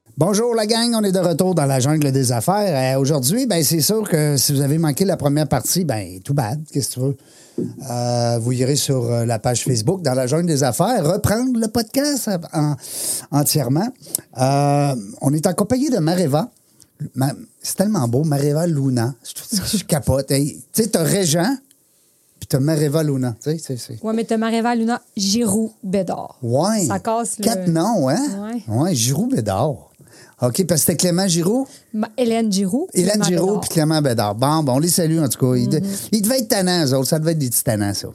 [SPEAKER 2] Bonjour la gang, on est de retour dans la jungle des affaires. Euh, Aujourd'hui, ben, c'est sûr que si vous avez manqué la première partie, ben tout bad, qu'est-ce que tu veux. Euh, vous irez sur euh, la page Facebook dans la jungle des affaires, reprendre le podcast euh, en- entièrement. Euh, on est en compagnie de Mareva. Ma- c'est tellement beau, Mareva Luna. Je, te dis que je capote. Hey, tu sais, t'as Régent, puis t'as Mareva Luna. Tu sais, c'est- c'est-
[SPEAKER 5] Oui, mais t'as Mareva Luna Giroux Bédard.
[SPEAKER 2] Ouais.
[SPEAKER 5] Ça casse le...
[SPEAKER 2] Quatre noms, hein?
[SPEAKER 5] Ouais.
[SPEAKER 2] Ouais, Giroux Bédard. OK, parce que c'était Clément Giroux.
[SPEAKER 5] Ma- Hélène Giroux.
[SPEAKER 2] Hélène
[SPEAKER 5] Clément
[SPEAKER 2] Giraud
[SPEAKER 5] Bédard.
[SPEAKER 2] puis Clément Bédard. Bon, bon, on les salue en tout cas. Ils, de- ils devaient être tannants, eux autres. Ça devait être des petits tannants, ça.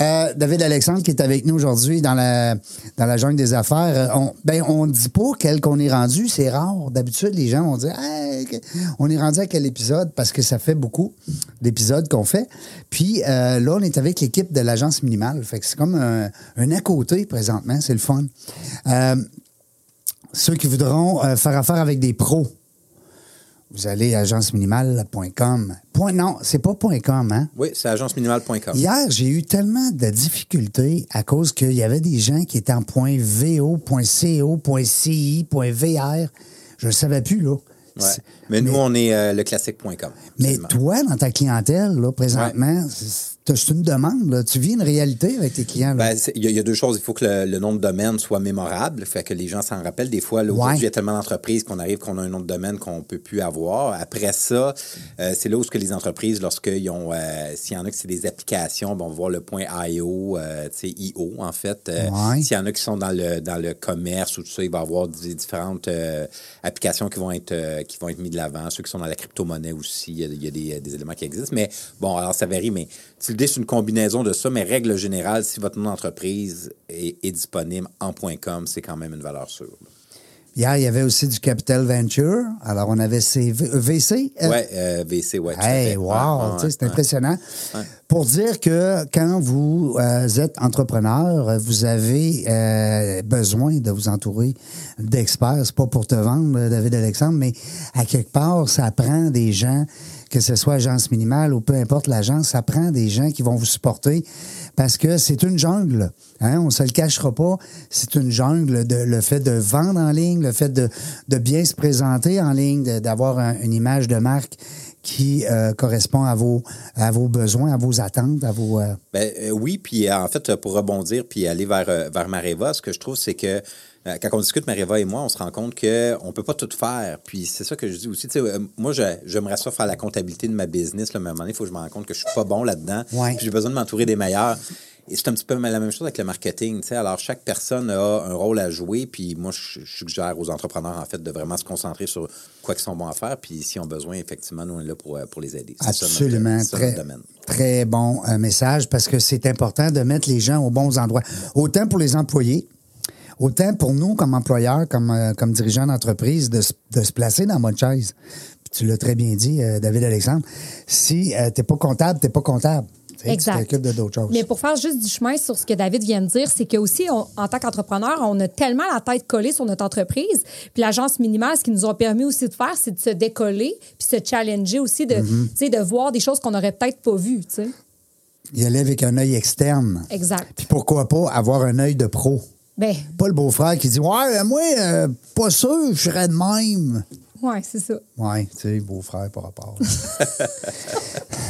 [SPEAKER 2] Euh, David Alexandre qui est avec nous aujourd'hui dans la, dans la jungle des affaires. euh, On, ben, on ne dit pas quel qu'on est rendu. C'est rare. D'habitude, les gens vont dire Hey, que- on est rendu à quel épisode parce que ça fait beaucoup d'épisodes qu'on fait. Puis euh, là, on est avec l'équipe de l'agence minimale. Fait que c'est comme un, un à côté présentement. C'est le fun. Euh, ceux qui voudront euh, faire affaire avec des pros vous allez à agenceminimale.com. Point, non, c'est pas point .com, hein?
[SPEAKER 3] Oui, c'est agenceminimale.com.
[SPEAKER 2] Hier, j'ai eu tellement de difficultés à cause qu'il y avait des gens qui étaient en point .vo, point .co, point .ci, point .vr. Je ne savais plus, là.
[SPEAKER 3] Ouais.
[SPEAKER 2] C'est-
[SPEAKER 3] Mais nous, on est euh, le classique.com.
[SPEAKER 2] Mais
[SPEAKER 3] seulement.
[SPEAKER 2] toi, dans ta clientèle, là, présentement, c'est- c'est c'est une demande. là. Tu vis une réalité avec tes clients. Là.
[SPEAKER 3] Ben, c'est- Il y, a- il y a deux choses. Il faut que le, le nom de domaine soit mémorable, fait que les gens s'en rappellent. Des fois, là, aujourd'hui,
[SPEAKER 2] Ouais.
[SPEAKER 3] il y a tellement d'entreprises qu'on arrive qu'on a un nom de domaine qu'on ne peut plus avoir. Après ça, euh, c'est là où ce que les entreprises, lorsqu'ils ont, euh, s'il y en a qui c'est des applications, ben, on va voir le point IO, euh, tu sais, IO en fait. Euh,
[SPEAKER 2] Ouais.
[SPEAKER 3] S'il y en a qui sont dans le, dans le commerce ou tout ça, il va y avoir des différentes euh, applications qui vont être, euh, qui vont être mises de l'avant. Ceux qui sont dans la crypto-monnaie aussi, il y a, il y a des, euh, des éléments qui existent. Mais bon, alors ça varie, mais tu le dis, c'est une combinaison de ça, mais règle générale, si votre nom d'entreprise est, est disponible en .com, c'est quand même une valeur sûre.
[SPEAKER 2] Euh, Hier, il y avait aussi du Capital Venture. Alors, on avait CV, euh, VC. euh,
[SPEAKER 3] Ouais, euh, VC, ouais. tout à
[SPEAKER 2] Hey,
[SPEAKER 3] fait.
[SPEAKER 2] wow!
[SPEAKER 3] Ouais, ouais,
[SPEAKER 2] tu sais, c'est
[SPEAKER 3] ouais.
[SPEAKER 2] impressionnant. Pour dire que quand vous euh, êtes entrepreneur, euh, vous avez euh, besoin de vous entourer d'experts. C'est pas pour te vendre, euh, David Alexandre, mais à quelque part, ça prend des gens, que ce soit agence minimale ou peu importe l'agence, ça prend des gens qui vont vous supporter parce que c'est une jungle. Hein, on se le cachera pas. C'est une jungle. De, le fait de vendre en ligne, le fait de, de bien se présenter en ligne, de- d'avoir un- une image de marque qui euh, correspond à vos, à vos besoins, à vos attentes, à vos. euh,
[SPEAKER 3] Ben, euh, oui, puis euh, en fait, euh, pour rebondir puis aller vers, euh, vers Mareva, ce que je trouve, c'est que euh, quand on discute, Mareva et moi, on se rend compte qu'on ne peut pas tout faire. Puis c'est ça que je dis aussi. Tu sais, euh, moi, je- j'aimerais ça faire la comptabilité de ma business. Là, mais à un moment donné, il faut que je me rende compte que je ne suis pas bon là-dedans.
[SPEAKER 2] Ouais.
[SPEAKER 3] Puis j'ai besoin de m'entourer des meilleurs. Et c'est un petit peu la même chose avec le marketing. tu sais. Alors, chaque personne a un rôle à jouer. Puis moi, je je suggère aux entrepreneurs, en fait, de vraiment se concentrer sur quoi qu'ils sont bons à faire. Puis s'ils ont besoin, effectivement, nous, on est là pour, euh, pour les aider. C'est ça notre-
[SPEAKER 2] Absolument.
[SPEAKER 3] c'est ça notre
[SPEAKER 2] très,
[SPEAKER 3] domaine.
[SPEAKER 2] très bon euh, message parce que c'est important de mettre les gens aux bons endroits. Autant pour les employés, autant pour nous comme employeurs, comme, euh, comme dirigeants d'entreprise, de, se- de se placer dans votre chaise. Puis tu l'as très bien dit, euh, David Alexandre. Si tu n'es pas comptable, tu n'es pas comptable. Tu sais,
[SPEAKER 5] Exact.
[SPEAKER 2] Tu t'occupes de d'autres choses.
[SPEAKER 5] Mais pour faire juste du chemin sur ce que David vient de dire, c'est que aussi, on- en tant qu'entrepreneur, on a tellement la tête collée sur notre entreprise. Puis l'agence minimale, ce qui nous a permis aussi de faire, c'est de se décoller, puis se challenger aussi, de,
[SPEAKER 2] Mm-hmm.
[SPEAKER 5] tu sais, de voir des choses qu'on n'aurait peut-être pas vues. tu sais.
[SPEAKER 2] Il allait avec un œil externe.
[SPEAKER 5] Exact.
[SPEAKER 2] Puis pourquoi pas avoir un œil de pro?
[SPEAKER 5] Ben,
[SPEAKER 2] Pas le beau-frère qui dit Ouais, moi, euh, pas sûr, je serais de même.
[SPEAKER 5] ouais, c'est ça.
[SPEAKER 2] Ouais, tu sais, beau-frère par rapport.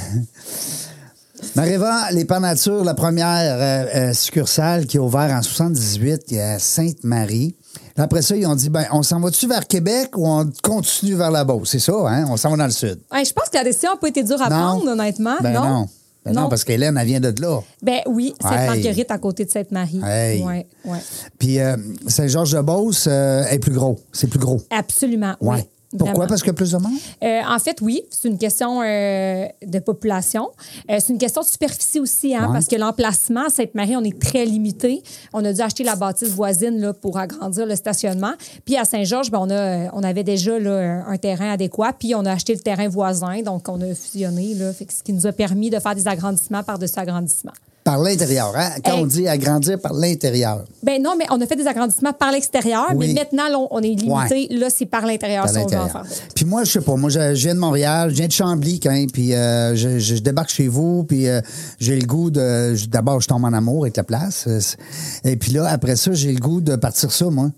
[SPEAKER 2] Mareva, les Pans Nature, la première euh, euh, succursale qui est ouverte en 78 à Sainte-Marie. Là, Après ça, ils ont dit, ben, on s'en va-tu vers Québec ou on continue vers la Beauce? C'est ça, hein? On s'en va dans le sud.
[SPEAKER 5] Ouais, je pense que la décision n'a pas été dure à prendre, honnêtement.
[SPEAKER 2] Ben non.
[SPEAKER 5] non.
[SPEAKER 2] Ben non, parce qu'Hélène, elle vient de là.
[SPEAKER 5] Ben oui,
[SPEAKER 2] Hey.
[SPEAKER 5] Sainte-Marguerite à côté de Sainte-Marie.
[SPEAKER 2] Hey.
[SPEAKER 5] Ouais, ouais.
[SPEAKER 2] Puis euh, Saint-Georges-de-Beauce euh, est plus gros. C'est plus gros.
[SPEAKER 5] Absolument.
[SPEAKER 2] Ouais.
[SPEAKER 5] Oui.
[SPEAKER 2] Pourquoi?
[SPEAKER 5] Vraiment.
[SPEAKER 2] Parce que plus de monde?
[SPEAKER 5] Euh, en fait, oui, c'est une question euh, de population. Euh, c'est une question de superficie aussi, hein,
[SPEAKER 2] Ouais.
[SPEAKER 5] parce que l'emplacement à Sainte-Marie, on est très limité. On a dû acheter la bâtisse voisine là, pour agrandir le stationnement. Puis à Saint-Georges, ben, on, a, euh, on avait déjà là, un terrain adéquat, puis on a acheté le terrain voisin, donc on a fusionné, là, Fait que ce qui nous a permis de faire des agrandissements par-dessus agrandissements.
[SPEAKER 2] Par l'intérieur, hein? Quand
[SPEAKER 5] Hey.
[SPEAKER 2] on dit agrandir par l'intérieur.
[SPEAKER 5] Ben non, mais on a fait des agrandissements par l'extérieur,
[SPEAKER 2] Oui.
[SPEAKER 5] mais maintenant, là, on- on est limité. Là, c'est par l'intérieur
[SPEAKER 2] À
[SPEAKER 5] si on veut en
[SPEAKER 2] l'intérieur.
[SPEAKER 5] faire. d'autres.
[SPEAKER 2] Puis moi, je sais pas, moi, je, je viens de Montréal, je viens de Chambly, quand, puis euh, je, je- je débarque chez vous, puis euh, j'ai le goût de. je- D'abord, je tombe en amour avec la place. euh, c'est- Et puis là, après ça, j'ai le goût de partir ça, moi.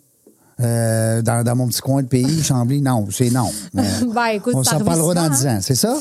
[SPEAKER 2] Euh, dans, dans mon petit coin de pays, Chambly, non, c'est non. Euh,
[SPEAKER 5] Ben, écoute,
[SPEAKER 2] on
[SPEAKER 5] ça
[SPEAKER 2] s'en
[SPEAKER 5] arrive
[SPEAKER 2] parlera
[SPEAKER 5] souvent,
[SPEAKER 2] dans 10
[SPEAKER 5] hein.
[SPEAKER 2] ans, c'est ça?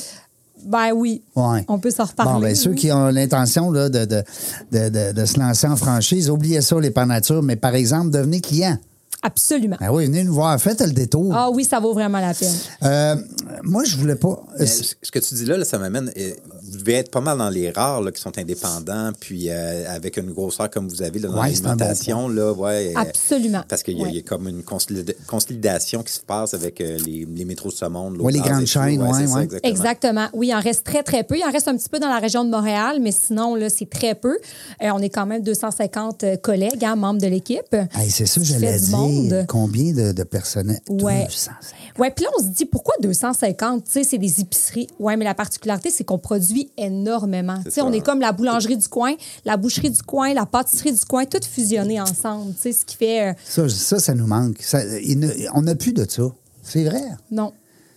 [SPEAKER 5] Ben oui.
[SPEAKER 2] Ouais.
[SPEAKER 5] On peut s'en reparler.
[SPEAKER 2] Bon, ben, ceux
[SPEAKER 5] oui.
[SPEAKER 2] qui ont l'intention là, de, de, de, de- de se lancer en franchise, oubliez ça, les par nature, mais par exemple, devenez client.
[SPEAKER 5] Absolument.
[SPEAKER 2] Ben oui, venez nous voir, faites le détour.
[SPEAKER 5] Ah oui, ça vaut vraiment la peine.
[SPEAKER 2] Euh, moi, je voulais pas.
[SPEAKER 5] Euh,
[SPEAKER 3] Mais Euh, ce ce que tu dis là, là, ça m'amène. euh, Vous devez être pas mal dans les rares là, qui sont indépendants, puis euh, avec une grosseur comme vous avez là, dans
[SPEAKER 2] Ouais, c'est un bon
[SPEAKER 3] l'alimentation. là, ouais, euh,
[SPEAKER 5] Absolument.
[SPEAKER 3] Parce qu'il y, a- il y a
[SPEAKER 5] Ouais.
[SPEAKER 3] comme une consolida- consolidation qui se passe avec euh, les, les métros de ce monde.
[SPEAKER 2] Ouais, les
[SPEAKER 3] l'Opaz et
[SPEAKER 2] grandes
[SPEAKER 3] tout.
[SPEAKER 2] chaînes, ouais,
[SPEAKER 3] c'est ça,
[SPEAKER 2] ouais.
[SPEAKER 3] exactement.
[SPEAKER 5] Exactement. Oui, il en reste très, très peu. Il en reste un petit peu dans la région de Montréal, mais sinon, là, c'est très peu. Euh, on est quand même 250 collègues, hein, membres de l'équipe.
[SPEAKER 2] Hey, c'est ça,
[SPEAKER 5] Ce qui
[SPEAKER 2] j'allais
[SPEAKER 5] fait du
[SPEAKER 2] dire.
[SPEAKER 5] monde.
[SPEAKER 2] Combien de, de personnel?
[SPEAKER 5] Ouais.
[SPEAKER 2] 250.
[SPEAKER 5] Ouais, puis là, on se dit pourquoi 250? Tu sais, c'est des épiceries. Ouais, mais la particularité, c'est qu'on produit énormément. Tu sais,
[SPEAKER 3] ça.
[SPEAKER 5] on est comme la boulangerie du coin, la boucherie du coin, la pâtisserie du coin, toutes fusionnées ensemble. Tu sais, ce qui fait. euh,
[SPEAKER 2] Ça, je- ça, ça nous manque. Ça, il ne- on n'a plus de ça. C'est vrai.
[SPEAKER 5] non.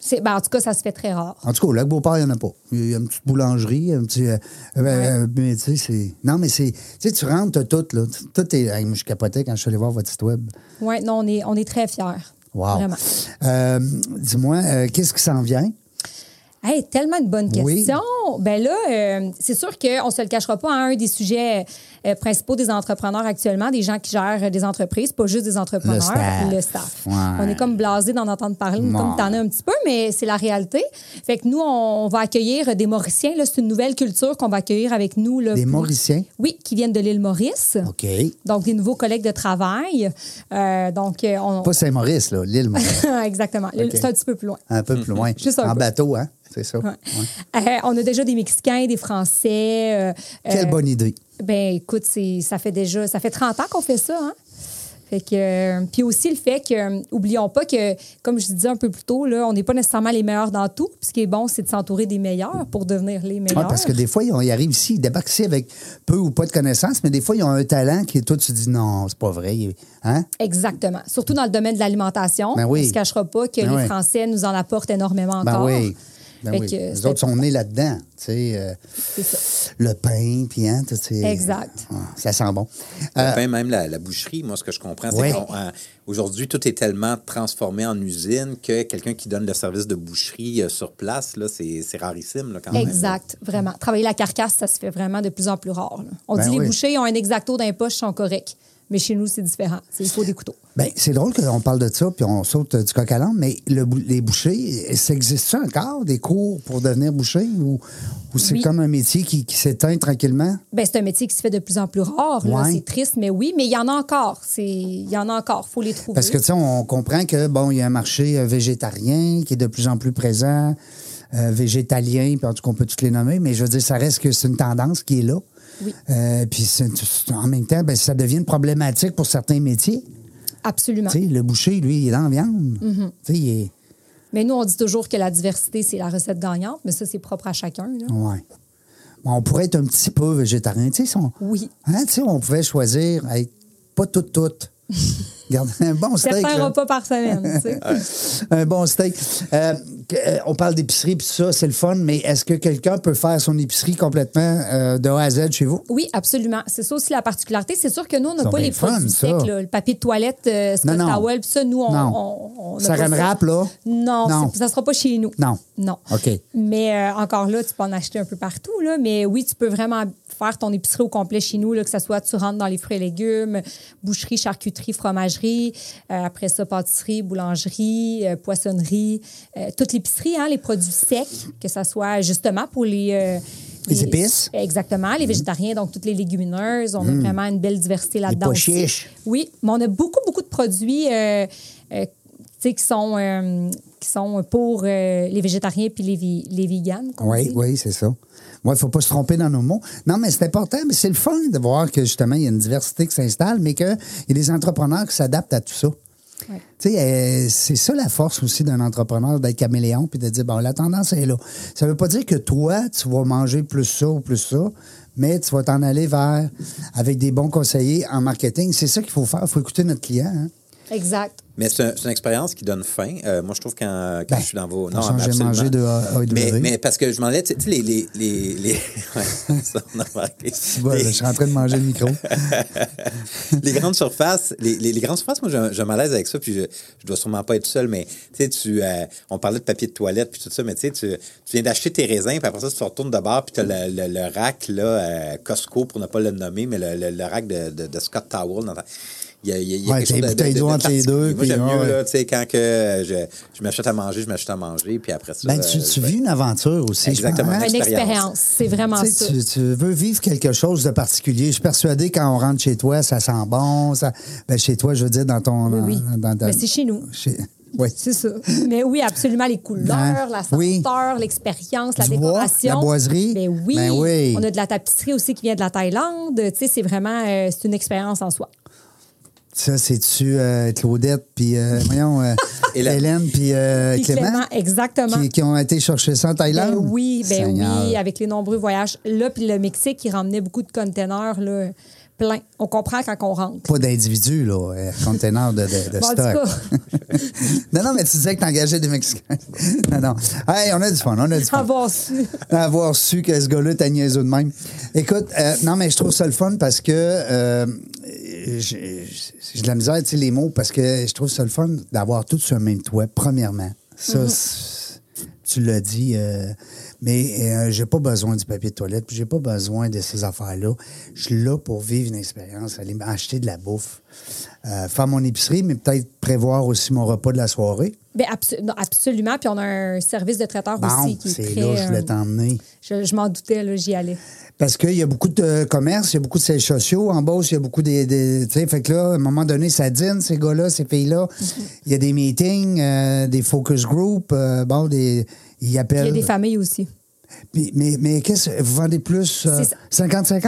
[SPEAKER 5] C'est- ben, en tout cas, ça se fait très rare.
[SPEAKER 2] En tout cas, au Lac-Beauport, il n'y en a pas. Il y a une petite boulangerie, un petit. euh, euh, euh, mais tu sais, c'est. Non, mais c'est. Tu sais, tu rentres, t'as tout, là. Tout est. Hey, moi, je capotais quand je suis allé voir votre site Web.
[SPEAKER 5] Oui, non, on est, on est très fiers.
[SPEAKER 2] Wow.
[SPEAKER 5] Vraiment.
[SPEAKER 2] Euh, Dis-moi, euh, qu'est-ce qui s'en vient?
[SPEAKER 5] Hey, tellement de bonnes questions.
[SPEAKER 2] Oui.
[SPEAKER 5] Ben là, euh, c'est sûr qu'on ne se le cachera pas, hein, un des sujets euh, principaux des entrepreneurs actuellement, des gens qui gèrent euh, des entreprises, pas juste des entrepreneurs,
[SPEAKER 2] Le staff.
[SPEAKER 5] staff.
[SPEAKER 2] Ouais.
[SPEAKER 5] On est comme blasé d'en entendre parler,
[SPEAKER 2] Ouais.
[SPEAKER 5] comme t'en as un petit peu, mais c'est la réalité. Fait que nous, on, on va accueillir des Mauriciens. là. C'est une nouvelle culture qu'on va accueillir avec nous. là,
[SPEAKER 2] Des
[SPEAKER 5] plus-
[SPEAKER 2] Mauriciens?
[SPEAKER 5] Oui, qui viennent de l'île Maurice.
[SPEAKER 2] OK.
[SPEAKER 5] Donc, des nouveaux collègues de travail. Euh, donc, euh, on...
[SPEAKER 2] Pas Saint-Maurice, là. L'île, Maurice.
[SPEAKER 5] Exactement. L'île-
[SPEAKER 2] OK.
[SPEAKER 5] C'est un petit peu plus loin.
[SPEAKER 2] un peu plus loin.
[SPEAKER 5] Juste un
[SPEAKER 2] en
[SPEAKER 5] peu.
[SPEAKER 2] bateau, hein? C'est ça.
[SPEAKER 5] Ouais.
[SPEAKER 2] Ouais.
[SPEAKER 5] Euh, on a déjà des Mexicains, des Français. euh,
[SPEAKER 2] Quelle
[SPEAKER 5] euh,
[SPEAKER 2] bonne idée.
[SPEAKER 5] Ben écoute, c'est- ça fait déjà, ça fait 30 ans qu'on fait ça. Hein? Fait que, euh, puis aussi le fait que, euh, oublions pas que, comme je disais un peu plus tôt, là, on n'est pas nécessairement les meilleurs dans tout. Puis ce qui est bon, c'est de s'entourer des meilleurs pour devenir les
[SPEAKER 2] Ouais,
[SPEAKER 5] meilleurs.
[SPEAKER 2] Ah, parce que des fois, ils, ont- ils arrivent ici, ils débarquent ici avec peu ou pas de connaissances, mais des fois, ils ont un talent qui, toi, tu dis non, c'est pas vrai. il- Hein?
[SPEAKER 5] Exactement. Surtout dans le domaine de l'alimentation.
[SPEAKER 2] Ben oui.
[SPEAKER 5] On ne se cachera pas que
[SPEAKER 2] Ben
[SPEAKER 5] les
[SPEAKER 2] oui.
[SPEAKER 5] Français nous en apportent énormément
[SPEAKER 2] Ben
[SPEAKER 5] encore.
[SPEAKER 2] oui. Ben
[SPEAKER 5] Fait
[SPEAKER 2] oui.
[SPEAKER 5] que
[SPEAKER 2] Les
[SPEAKER 5] c'est-
[SPEAKER 2] autres sont nés là-dedans. Tu sais, euh,
[SPEAKER 5] c'est ça.
[SPEAKER 2] le pain, puis hein, tout, c'est-
[SPEAKER 5] Exact.
[SPEAKER 2] Ah, Ça sent bon.
[SPEAKER 3] Le
[SPEAKER 2] Euh,
[SPEAKER 3] pain, même la, la boucherie, moi, ce que je comprends,
[SPEAKER 2] Ouais.
[SPEAKER 3] c'est qu'aujourd'hui, tout est tellement transformé en usine que quelqu'un qui donne le service de boucherie euh, sur place, là, c'est c'est rarissime là, quand
[SPEAKER 2] Ah
[SPEAKER 3] même.
[SPEAKER 5] Exact, vraiment. Travailler la carcasse, ça se fait vraiment de plus en plus rare. là. On
[SPEAKER 2] Ben
[SPEAKER 5] dit
[SPEAKER 2] oui.
[SPEAKER 5] les bouchers ils ont un exacto d'un poche, ils sont corrects. Mais chez nous, c'est différent. C'est- Il faut des couteaux.
[SPEAKER 2] ben, c'est drôle qu'on parle de ça, puis on saute euh, du coq à l'âne, mais le bou- les bouchers, ça existe encore, des cours pour devenir boucher, ou, ou c'est
[SPEAKER 5] Oui.
[SPEAKER 2] comme un métier qui, qui s'éteint tranquillement?
[SPEAKER 5] Ben, c'est un métier qui se fait de plus en plus rare. là.
[SPEAKER 2] Ouais.
[SPEAKER 5] C'est triste, mais oui, mais il y en a encore. C'est- Il y en a encore. faut les trouver.
[SPEAKER 2] Parce que, tu sais, on comprend que, bon, il y a un marché euh, végétarien qui est de plus en plus présent, euh, végétalien, puis en tout cas, on peut tous les nommer, mais je veux dire, ça reste que c'est une tendance qui est là.
[SPEAKER 5] Oui.
[SPEAKER 2] Euh, puis, c'est- c'est- en même temps, ben, ça devient une problématique pour certains métiers.
[SPEAKER 5] Absolument.
[SPEAKER 2] Tu sais, le boucher, lui, il est dans la viande.
[SPEAKER 5] Mm-hmm.
[SPEAKER 2] Tu sais, il est.
[SPEAKER 5] Mais nous, on dit toujours que la diversité, c'est la recette gagnante, mais ça, c'est propre à chacun. là.
[SPEAKER 2] Ouais. Bon, On pourrait être un petit peu végétarien. Tu sais, si on,
[SPEAKER 5] Oui.
[SPEAKER 2] hein, tu sais, on pouvait choisir, hey, pas tout, tout. Garder un bon steak.
[SPEAKER 5] Certains
[SPEAKER 2] là.
[SPEAKER 5] repas par semaine. tu sais.
[SPEAKER 2] un bon steak. Euh, que, euh, on parle d'épicerie, puis ça, c'est le fun, mais est-ce que quelqu'un peut faire son épicerie complètement euh, de A à Z chez vous?
[SPEAKER 5] Oui, absolument. C'est ça aussi la particularité. C'est sûr que nous, on
[SPEAKER 2] Ça
[SPEAKER 5] n'a pas
[SPEAKER 2] va
[SPEAKER 5] les
[SPEAKER 2] être fun,
[SPEAKER 5] produits
[SPEAKER 2] ça.
[SPEAKER 5] secs, là, le papier de toilette, euh, Scott
[SPEAKER 2] Non, non.
[SPEAKER 5] Towel, puis ça, nous, on.
[SPEAKER 2] Non.
[SPEAKER 5] on- on n'a
[SPEAKER 2] Ça
[SPEAKER 5] pas
[SPEAKER 2] rame rap, là?
[SPEAKER 5] Non,
[SPEAKER 2] Non.
[SPEAKER 5] c'est- ça ne sera pas chez nous.
[SPEAKER 2] Non.
[SPEAKER 5] Non.
[SPEAKER 2] OK.
[SPEAKER 5] Mais euh, encore là, tu peux en acheter un peu partout, là. Mais oui, tu peux vraiment faire ton épicerie au complet chez nous, là, que ce soit tu rentres dans les fruits et légumes, boucherie, charcuterie, fromagerie, euh, après ça, pâtisserie, boulangerie, euh, poissonnerie, euh, toute l'épicerie, hein, les produits secs, que ce soit justement pour les. euh,
[SPEAKER 2] Les épices. Mm-hmm. Mm.
[SPEAKER 5] Exactement, les végétariens, donc toutes les légumineuses. On a vraiment une belle diversité là-dedans.
[SPEAKER 2] pois
[SPEAKER 5] aussi.
[SPEAKER 2] chiches.
[SPEAKER 5] Oui, mais on a beaucoup, beaucoup de produits euh, euh, tu sais, qui, sont, euh, qui sont pour euh, les végétariens puis les, vi- les véganes. qu'on
[SPEAKER 2] Oui,
[SPEAKER 5] dit.
[SPEAKER 2] oui, c'est ça. Il ne faut pas se tromper dans nos mots. Non, mais c'est important, mais c'est le fun de voir que justement, il y a une diversité qui s'installe, mais qu'il y a des entrepreneurs qui s'adaptent à tout ça.
[SPEAKER 5] Ouais.
[SPEAKER 2] Tu sais, euh, c'est ça la force aussi d'un entrepreneur, d'être caméléon, puis de dire, bon, la tendance est là. Ça veut pas dire que toi, tu vas manger plus ça ou plus ça, mais tu vas t'en aller vers, avec des bons conseillers en marketing. C'est ça qu'il faut faire. Il faut écouter notre client. hein.
[SPEAKER 5] Exact.
[SPEAKER 3] Mais c'est un- c'est une expérience qui donne faim. Euh, moi, je trouve quand, quand
[SPEAKER 2] Ben,
[SPEAKER 3] je suis dans vos.
[SPEAKER 2] on change à
[SPEAKER 3] absolument.
[SPEAKER 2] manger euh, de A à W.
[SPEAKER 3] mais, mais parce que je m'en allais, tu sais, tu sais, les. les, les, les... Ouais, ça, on a remarqué.
[SPEAKER 2] Voilà,
[SPEAKER 3] Les-
[SPEAKER 2] je suis en train de manger le micro.
[SPEAKER 3] les grandes surfaces, les, les- les grandes surfaces, moi, j'ai un- j'ai un malaise avec ça, puis je, je dois sûrement pas être seul, mais tu sais, tu, euh, on parlait de papier de toilette, puis tout ça, mais tu sais, tu, tu viens d'acheter tes raisins, puis après ça, tu te retournes de bord, puis tu le, le- le rack, là, euh, Costco, pour ne pas le nommer, mais le, le- le rack de, de- de Scott Towel. dans ta- Il y a, il y a- il y a
[SPEAKER 2] Ouais,
[SPEAKER 3] quelque
[SPEAKER 2] t'as
[SPEAKER 3] chose
[SPEAKER 2] les
[SPEAKER 3] de- de-
[SPEAKER 2] bouteilles
[SPEAKER 3] de-
[SPEAKER 2] d'eau
[SPEAKER 3] de
[SPEAKER 2] entre les deux,
[SPEAKER 3] particulier. Moi,
[SPEAKER 2] puis
[SPEAKER 3] j'aime
[SPEAKER 2] ouais,
[SPEAKER 3] mieux,
[SPEAKER 2] ouais.
[SPEAKER 3] là, tu sais, quand que euh, je, je m'achète à manger, je m'achète à manger, puis après ça.
[SPEAKER 2] Ben, tu,
[SPEAKER 3] euh,
[SPEAKER 2] tu
[SPEAKER 3] ben,
[SPEAKER 2] vis une aventure aussi. je
[SPEAKER 3] Exactement.
[SPEAKER 2] pense, hein?
[SPEAKER 5] Une
[SPEAKER 3] Expérience.
[SPEAKER 5] expérience. C'est vraiment
[SPEAKER 2] Tu,
[SPEAKER 5] ça.
[SPEAKER 2] sais, tu- tu veux vivre quelque chose de particulier. Je suis persuadé quand on rentre chez toi, ça sent bon. Ça... Ben, chez toi, je veux dire, dans ton.
[SPEAKER 5] Oui, oui.
[SPEAKER 2] dans- dans- dans-
[SPEAKER 5] Mais c'est chez nous.
[SPEAKER 2] chez- Oui.
[SPEAKER 5] C'est ça. Mais oui, absolument, les couleurs,
[SPEAKER 2] Hein?
[SPEAKER 5] la
[SPEAKER 2] Oui.
[SPEAKER 5] senteur, l'expérience, la
[SPEAKER 2] Du bois,
[SPEAKER 5] décoration.
[SPEAKER 2] la boiserie.
[SPEAKER 5] Ben oui.
[SPEAKER 2] Ben oui.
[SPEAKER 5] On a de la tapisserie aussi qui vient de la Thaïlande. Tu sais, c'est vraiment euh, c'est une expérience en soi.
[SPEAKER 2] Ça, c'est-tu euh, Claudette, puis, euh, voyons, euh,
[SPEAKER 3] Hélène.
[SPEAKER 2] Hélène, puis euh,
[SPEAKER 5] Puis
[SPEAKER 2] Clément,
[SPEAKER 5] Clément, exactement.
[SPEAKER 2] qui, qui ont été chercher ça en Thaïlande?
[SPEAKER 5] Ben oui, ben
[SPEAKER 2] Seigneur.
[SPEAKER 5] oui, avec les nombreux voyages. Là, puis le Mexique, il ramenait beaucoup de containers là, plein. On comprend quand on rentre.
[SPEAKER 2] Pas d'individus, là, euh, conteneur de, de, de
[SPEAKER 5] Bon, en tout
[SPEAKER 2] stock.
[SPEAKER 5] cas,
[SPEAKER 2] non, non, mais tu disais que t'engageais des Mexicains. non, non. Hey, on a du fun, on a du fun.
[SPEAKER 5] avoir su.
[SPEAKER 2] avoir su que ce gars-là t'a niaisé de même. Écoute, euh, non, mais je trouve ça le fun parce que euh, j'ai- j'ai j'ai de la misère, tu sais, les mots, parce que je trouve ça le fun d'avoir tout sur le même toit, premièrement. Ça,
[SPEAKER 5] Mm-hmm.
[SPEAKER 2] c'est- tu l'as dit, euh, mais euh, j'ai pas besoin du papier de toilette, puis j'ai pas besoin de ces affaires-là. Je suis là pour vivre une expérience, aller acheter de la bouffe, euh, faire mon épicerie, mais peut-être prévoir aussi mon repas de la soirée.
[SPEAKER 5] Ben, abso- non, absolument. Puis on a un service de traiteur
[SPEAKER 2] Bon,
[SPEAKER 5] aussi qui est
[SPEAKER 2] c'est
[SPEAKER 5] très.
[SPEAKER 2] là, je
[SPEAKER 5] euh,
[SPEAKER 2] voulais t'emmener.
[SPEAKER 5] je je m'en doutais, là, j'y allais.
[SPEAKER 2] Parce qu'il y a beaucoup de commerces, il y a beaucoup de sièges sociaux. En Beauce, il y a beaucoup des. des- tu sais, fait que là, à un moment donné, ça dîne, ces gars-là, ces pays-là.
[SPEAKER 5] Mhm.
[SPEAKER 2] Il y a des meetings, euh, des focus groups. euh, bon, des. Ils
[SPEAKER 5] Puis
[SPEAKER 2] appellent.
[SPEAKER 5] Il y a des familles aussi.
[SPEAKER 2] Puis- mais mais qu'est-ce. Vous vendez plus euh,
[SPEAKER 5] C'est ça.
[SPEAKER 2] 50-50?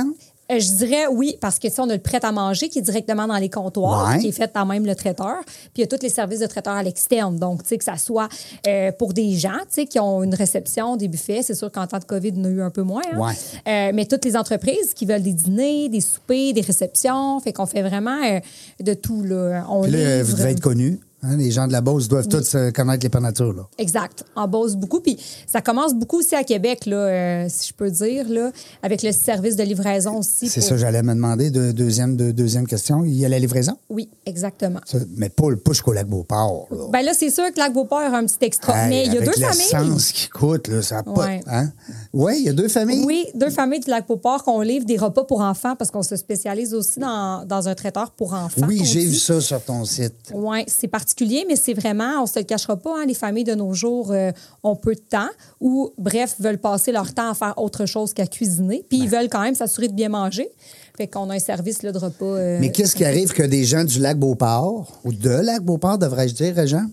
[SPEAKER 5] Euh, Je dirais oui, parce que si on a le prêt à manger qui est directement dans les comptoirs,
[SPEAKER 2] Ouais.
[SPEAKER 5] qui est fait par même le traiteur. Puis il y a tous les services de traiteur à l'externe. Donc, tu sais, que ça soit euh, pour des gens, tu sais, qui ont une réception, des buffets. C'est sûr qu'en temps de COVID, on a eu un peu moins. hein.
[SPEAKER 2] Ouais.
[SPEAKER 5] Euh, mais toutes les entreprises qui veulent des dîners, des soupers, des réceptions. Fait qu'on fait vraiment euh, de tout, là. On
[SPEAKER 2] Puis là, euh, vous
[SPEAKER 5] livre.
[SPEAKER 2] devez être connus. hein, les gens de la Beauce doivent tous euh, connaître les panatures, là.
[SPEAKER 5] Exact. En Beauce, beaucoup. Puis ça commence beaucoup aussi à Québec, là, euh, si je peux dire, là, avec le service de livraison aussi.
[SPEAKER 2] C'est
[SPEAKER 5] pour-
[SPEAKER 2] ça, j'allais me demander. de- deuxième, de- deuxième question. Il y a la livraison?
[SPEAKER 5] Oui, exactement.
[SPEAKER 2] Ça, mais pas le push qu'au lac Beauport, là.
[SPEAKER 5] Ben là, c'est sûr que Lac-Beauport a un petit extra.
[SPEAKER 2] Hey,
[SPEAKER 5] Bah, mais il y a
[SPEAKER 2] avec
[SPEAKER 5] deux familles.
[SPEAKER 2] l'essence qui coûte, là, ça a pas-
[SPEAKER 5] Ouais.
[SPEAKER 2] hein? Ouais, il y a deux familles.
[SPEAKER 5] Oui, deux familles du Lac-Beauport qu'on livre des repas pour enfants parce qu'on se spécialise aussi dans, dans un traiteur pour enfants.
[SPEAKER 2] Oui,
[SPEAKER 5] qu'on
[SPEAKER 2] j'ai
[SPEAKER 5] dit.
[SPEAKER 2] vu ça sur ton site.
[SPEAKER 5] Oui, c'est particulier, mais c'est vraiment, on se le cachera pas, hein, les familles de nos jours euh, ont peu de temps ou, bref, veulent passer leur temps à faire autre chose qu'à cuisiner. Puis
[SPEAKER 2] Ben.
[SPEAKER 5] ils veulent quand même s'assurer de bien manger. Fait qu'on a un service là, de repas. euh,
[SPEAKER 2] Mais qu'est-ce qui arrive que des gens du lac Beauport, ou de lac Beauport, devrais-je dire, Jean?